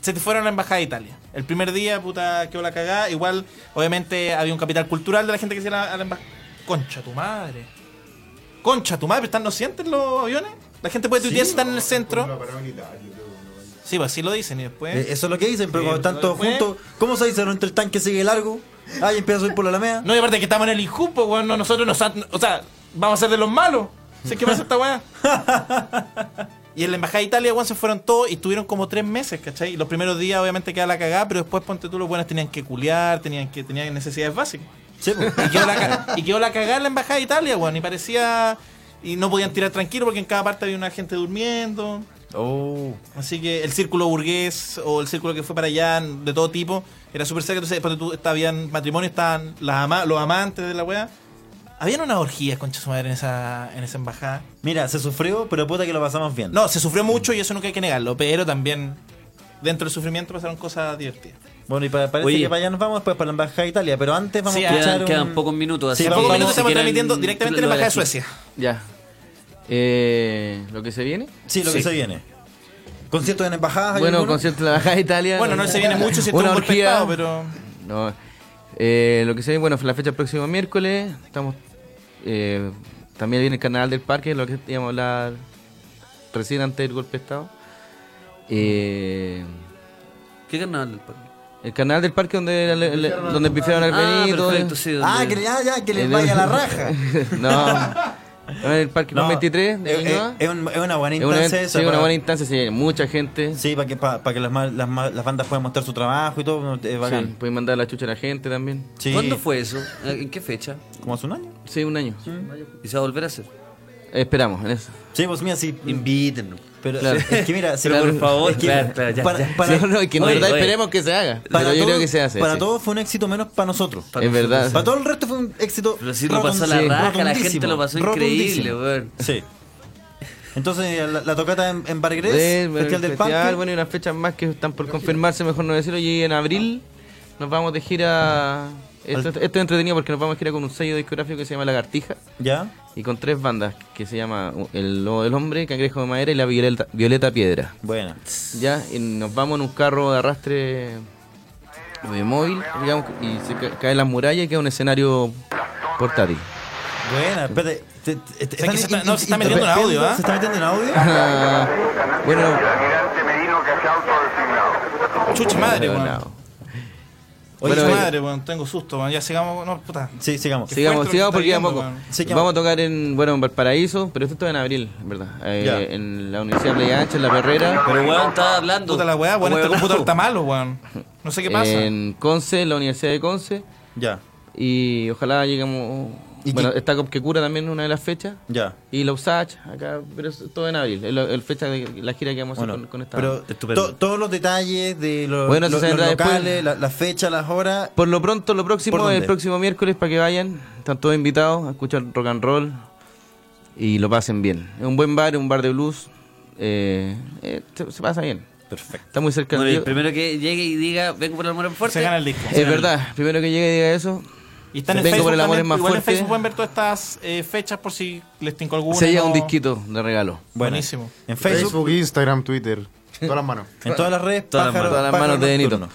E: se te fueron a la embajada de Italia. El primer día, puta, quedó la cagada. Igual, obviamente, había un capital cultural de la gente que se iba a la- a la embajada. Concha tu madre. Concha tu madre, ¿están no sienten los aviones? La gente puede tuitear si están en el centro. Sí, pues así lo dicen y después.
D: Eh, Eso es lo que dicen, pero
E: Sí,
D: cuando están
E: pero
D: todos
E: después-
D: juntos, ¿cómo se dice? Entre el tanque sigue largo, ahí empieza a subir por la alameda.
E: No, y aparte que estamos en el injupo, weón. no, nosotros nos han- O sea, vamos a ser de los malos. Sé qué pasa esta weá. Y en la embajada de Italia, weón, se fueron todos y estuvieron como tres meses, ¿cachai? Y los primeros días, obviamente, queda la cagada, pero después, ponte tú, los buenos tenían que culiar, tenían que tenían necesidades básicas.
D: Sí, po.
E: Y quedó la, ca- y quedó la cagada en la embajada de Italia, weón. Y parecía. Y no podían tirar tranquilo porque en cada parte había una gente durmiendo. Oh. Así que el círculo burgués o el círculo que fue para allá de todo tipo era súper serio. Entonces, ponte tú, está- habían matrimonio, estaban las ama- los amantes de la weá. Habían unas orgías, concha su madre, en esa, en esa embajada.
D: Mira, se sufrió, pero puta que lo pasamos bien.
E: No, se sufrió mucho y eso nunca hay que negarlo, pero también dentro del sufrimiento pasaron cosas divertidas.
D: Bueno, y pa- parece
C: Oye.
D: que para allá nos vamos después para la embajada de Italia, pero antes vamos
E: Sí,
D: a escuchar
C: Quedan, quedan
D: un-
C: pocos minutos.
D: Sí,
C: así
D: pocos
E: Poco
C: que
E: menos
C: ni
E: estamos
C: siquiera
E: transmitiendo
C: en-
E: directamente en
C: lo
E: la embajada de
C: aquí.
E: Suecia.
G: Ya. Eh, ¿Lo que se viene?
D: Sí, lo que se viene. Conciertos en
E: Ah,
D: embajadas. ¿hay
G: Bueno,
D: alguno?
G: concierto de la Baja de Italia.
E: Bueno, no se viene mucho si esto es
G: Una
E: un golpe de
G: orgía.
E: estado, pero.
G: No. Eh, lo que se viene, bueno, la fecha el próximo miércoles. Estamos. eh, también viene el canal del parque, lo que íbamos a hablar recién antes del golpe de estado. Eh,
C: ¿Qué
G: Ah,
C: carnaval?
G: el canal del parque donde, le- le- donde pifiaron al
C: Ah,
G: Benito. eh.
C: perfecto, sí. donde-
D: Ah, que ya, ya, que les
G: El-
D: vaya
G: [laughs]
D: la raja.
G: no. No, en el parque
D: No,
G: 23 de
D: es,
G: Ñuñoa.
D: es- es un- es una buena
G: Es una,
D: instancia esa.
G: sí, una
D: para-
G: buena instancia, sí, mucha gente.
D: Sí, para que, para, que las, ma- las, ma- las bandas puedan mostrar su trabajo y todo. eh, Es
G: Sí,
D: bacán.
G: pueden mandar la chucha a la gente también.
D: Sí.
C: ¿Cuándo fue eso? ¿En qué fecha?
D: Como hace un año.
G: Sí, un año.
C: ¿Y se va a volver a hacer?
G: Esperamos en eso.
D: Sí, pues mira, sí.
C: Invítennos.
D: Pero
G: Claro.
D: es que mira, sí,
C: Pero por favor,
D: es que
C: claro, claro, ya,
D: para,
C: ya.
D: para-
G: no, no, es que en
C: Oye,
G: verdad
C: oye.
G: esperemos que se haga.
D: para
G: pero yo
D: todo-
G: creo que se hace.
D: Para
G: sí.
D: todos fue un éxito menos para nosotros.
C: Para
G: Es
C: nosotros,
G: verdad.
C: sí.
D: Para todo el resto fue un éxito.
C: Pero sí lo pasó la
D: rotundi-
C: raja, la
D: rotundísimo,
C: gente lo pasó increíble,
D: rotundísimo.
C: weón.
D: Sí. Entonces, eh, la, la tocata en, en Bargrés,
G: Del-
D: Festival del Parque.
G: bueno, y unas fechas más que están por confirmarse, mejor no decirlo. Y en abril nos vamos de gira. Esto, esto es entretenido porque nos vamos de gira con un sello discográfico que se llama Lagartija
D: Ya.
G: y con tres bandas que se llama El Lobo del Hombre, Cangrejo de Madera y La Violeta, Violeta Piedra.
D: Bueno.
G: Ya, y nos vamos en un carro de arrastre de móvil, digamos, y se ca- caen las murallas y queda un escenario portátil. [laughs]
D: Buena, espérate. te- te- te-
E: O sea, que se
D: están
E: está- no, se está
D: in-
E: metiendo en audio, ¿ah?
D: ¿Se está metiendo en audio?
G: Ah, bueno,
E: Chucha madre,
G: bueno,
E: weón. Oye,
G: no. Bueno,
E: chucha
G: eh,
E: madre, weón, tengo susto, weón. Ya sigamos, no, puta.
D: Sí, sigamos.
E: Qué
G: Sigamos,
E: fuerte
G: sigamos
E: lo que
G: porque
E: está
G: vamos,
E: viviendo,
G: con-
E: weón.
D: Sí, que-
G: vamos a tocar en, bueno, en Valparaíso, pero esto está en abril, en ¿verdad? Eh,
D: Ya.
G: en la Universidad Playa Ancha, en La Perrera,
C: Pero weón, estaba hablando.
E: Puta la weá, weón, este
C: Huevonao.
E: computador está malo, weón. No sé qué pasa.
G: en Conce, en la Universidad de Conce,
D: Ya,
G: y ojalá llegamos...
D: ¿Y
G: bueno,
D: qué-
G: está Cop que cura también una de las fechas.
D: ya.
G: Y la USACH, acá, pero es todo en abril, el, el fecha de la gira que vamos a hacer
D: Bueno,
G: con, con esta
D: pero
G: banda.
C: Estupendo.
D: to- todos los detalles de los,
G: Bueno, eso
D: los-
G: se
D: los
G: vendrá después.
D: locales, la, la fecha, las horas.
G: Por lo pronto, lo
D: ¿Por
G: próximo
D: dónde?
G: el próximo miércoles para que vayan. Están todos invitados a escuchar rock and roll y lo pasen bien. Es un buen bar, un bar de blues. eh, eh, se, se pasa bien.
D: Perfecto.
G: Está muy cerca
C: Bueno, y
G: del
C: el primero que llegue y diga, vengo por el amor en fuerte.
E: Se gana el disco.
G: Es verdad, primero que llegue y diga eso.
E: Y están en
G: Vengo
E: Facebook.
G: por el amor
E: también,
G: es más
E: igual en
G: fuerte.
E: Facebook pueden ver todas estas eh, fechas por si les tincó alguna.
G: se lleva
E: ¿no?
G: un disquito de regalo.
D: Bueno,
E: Buenísimo.
D: En Facebook,
F: Facebook, Instagram, Twitter. Todas las manos.
D: en todas las redes,
C: Todas las
D: pájaro-
G: Todas las manos
D: pájaro
G: de Benito.
D: nocturno.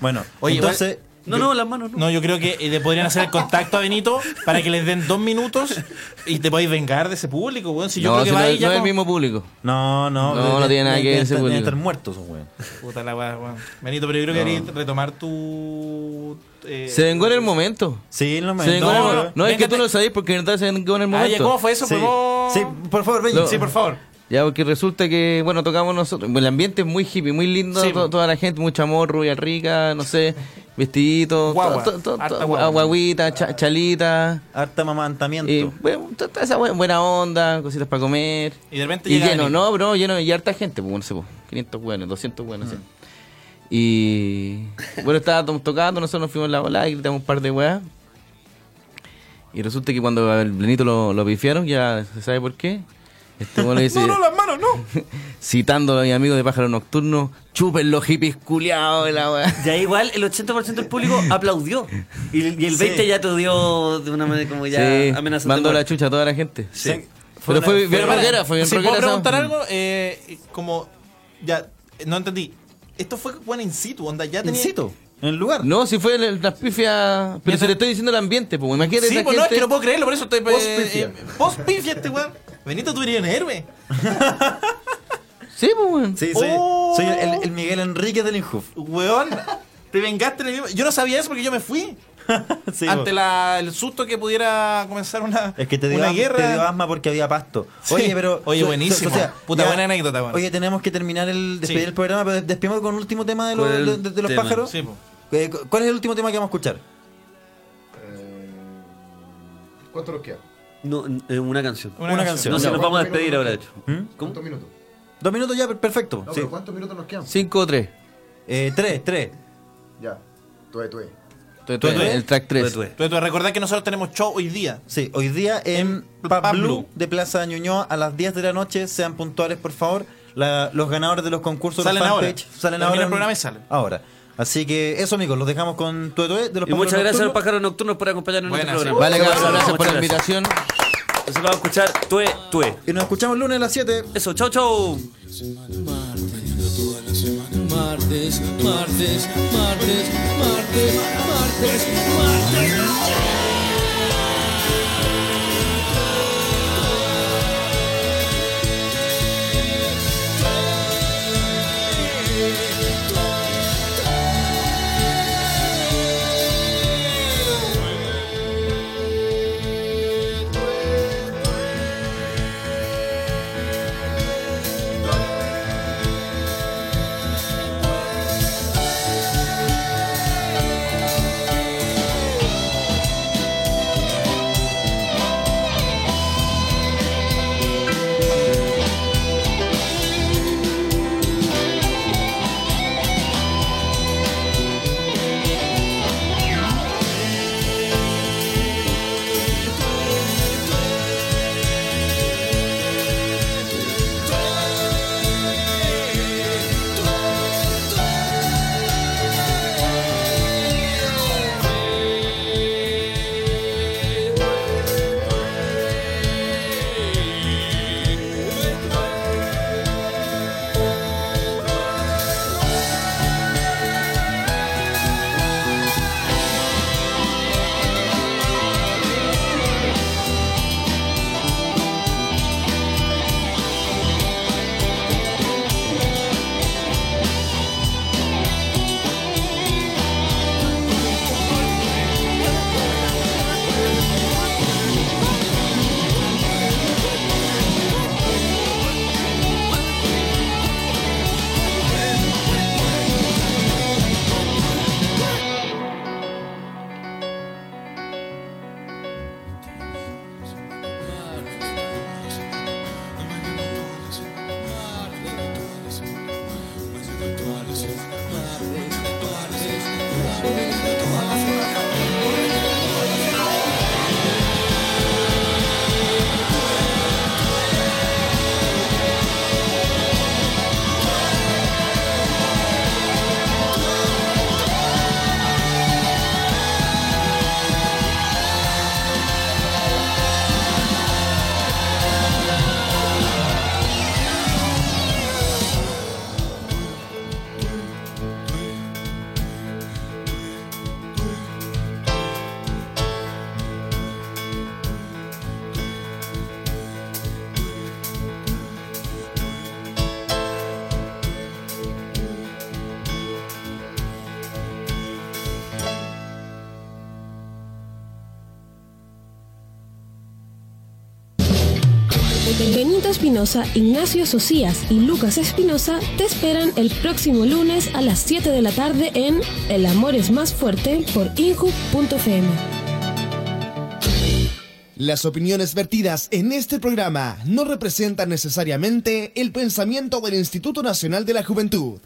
D: Bueno,
E: Oye,
D: entonces.
C: No, no, las manos no.
E: No, yo creo que eh, le podrían hacer el contacto a Benito para que les den dos minutos y te podéis vengar de ese público, weón. Si yo creo
G: no,
E: que
G: si
E: va
G: no,
E: ahí
G: es-
E: ya
G: no es el
E: como-
G: mismo público.
D: No, no.
G: No, no tiene nada que ver ese
D: Deben
G: público.
D: estar muertos, weón.
E: Puta la weá, weón. Benito, pero yo creo que deberías retomar tu. eh,
G: Se vengó en el momento.
D: Sí, no me.
G: Se vengó
E: no,
G: en el
E: pero-
G: momento. No es que
E: véngate.
G: tú lo sabes porque en realidad se vengó en el
E: Ah, ya, ¿cómo
G: momento.
E: fue eso?
D: Sí.
E: Fue vos-
D: Sí, por favor, Benji,
G: No.
D: sí, por favor.
G: Ya, porque resulta que, bueno, tocamos nosotros. Bueno, El ambiente es muy hippie, muy lindo.
E: Sí,
G: to-
E: po.
G: toda la gente, mucho amor, rubia rica, no sé, vestiditos,
E: Guagua,
G: to- to- to-
E: harta
G: to-
E: guagua.
G: guaguita, cha- chalita.
D: Harta mamantamiento.
G: Y, bueno, to- toda esa buen- buena onda, cositas para comer.
E: Y de repente
G: Y
E: llega
G: lleno,
E: Benito.
G: no, bro, lleno, y harta gente, pues, no sé, pues, 500 buenos, 200 buenos,
E: Ah.
G: sí. Y bueno, estábamos tocando, nosotros nos fuimos en la bola y gritamos un par de weas. Y resulta que cuando al Benito lo, lo pifiaron, ya se sabe por qué.
E: [laughs]
G: Este weón le dice,
E: No, no, las manos, no.
G: [laughs] citando a mi amigo de Pájaro Nocturno, chupen los hippies culiados de la wea.
C: Ya igual el 80% del público aplaudió. Y, y el 20% ya te dio de una manera como [laughs] ya
G: Sí,
C: amenazante.
G: mandó la
C: muerte.
G: chucha a toda la gente.
C: Sí.
D: Fue
G: pero
D: una-
G: fue bien
E: Pero para,
G: rockera, fue bien
E: si
G: rockera
E: puedo
G: esa-
E: preguntar algo, eh, como. Ya, eh, no entendí. Esto fue buena in situ, onda, ya tenía.
D: Incito, en el lugar.
G: No, si fue el- el- las pifias. Pero si le estoy diciendo el ambiente, pues imagínate.
E: Sí,
G: esa
E: pues no, es
G: gente-
E: que no puedo creerlo, por eso estoy.
D: Post-pifia.
E: Post pifia este weón. Benito, tú eres un héroe.
G: Sí, pues weón.
D: Sí, soy,
E: Oh.
D: soy el, el Miguel Enrique del Injuf.
E: Weón, te vengaste en el mismo- Yo no sabía eso porque yo me fui.
D: Sí,
E: ante
D: po.
E: la, el susto que pudiera comenzar una,
D: Es que te dio,
E: una
D: asma,
E: guerra.
D: te dio asma porque había pasto.
E: Sí.
D: Oye, pero.
E: Oye,
D: so-
E: buenísimo. Puta, buena anécdota, bueno.
D: Oye, tenemos que terminar el. Despedir
E: Sí.
D: el programa, pero despedimos con un último tema de, los-
C: Con el
D: de- de- de los
C: tema.
D: pájaros.
E: Sí, po.
D: Eh, cu- ¿Cuál es el último tema que vamos a escuchar?
F: Eh, ¿Cuánto nos queda?
C: No, n- eh, una canción.
E: Una canción.
C: No, si
G: Ya,
C: nos
F: ¿cuántos
C: vamos a despedir
F: minutos
C: ahora, de hecho.
D: ¿Mm?
C: ¿Cómo?
F: ¿Cuántos minutos?
D: Dos minutos ya, per- perfecto.
F: No,
D: Sí.
F: pero ¿cuántos minutos nos quedan?
G: 5 o 3.
D: Eh, tres, tres.
F: Ya. Tuve, tuve.
E: tué.
G: El track 3.
C: Tué, tué.
E: Pero, pero recordad que nosotros tenemos show hoy día.
D: Sí, hoy día en
E: En
D: Pablo
E: Pablo.
D: de Plaza Ñuñoa a las 10 de la noche. Sean puntuales, por favor. La- los ganadores de los concursos de
E: Salen
D: la
E: ahora.
D: fanpage salen
E: Termina
D: ahora.
E: el
D: en-
E: programa y salen.
D: Ahora. Así que eso, amigos, los dejamos con Tue Tue de los
C: Y muchas
D: Pájaros
C: gracias a los
D: Nocturnos.
C: pájaros nocturnos por acompañarnos en
E: Buenas,
C: nuestro programa.
G: Vale, cabrón, gracias por
C: Muchas
G: la invitación.
C: Entonces vamos a escuchar Tue, Tue.
D: Y nos escuchamos el lunes a las 7.
C: Eso, chau, chau.
H: Martes, toda la semana. Martes, martes, martes, martes, martes, martes.
I: Thank
A: Benito Espinosa, Ignacio Socias y Lucas Espinosa te esperan el próximo lunes a las 7 de la tarde en El amor es más fuerte por inju.fm.
H: Las opiniones vertidas en este programa no representan necesariamente el pensamiento del Instituto Nacional de la Juventud.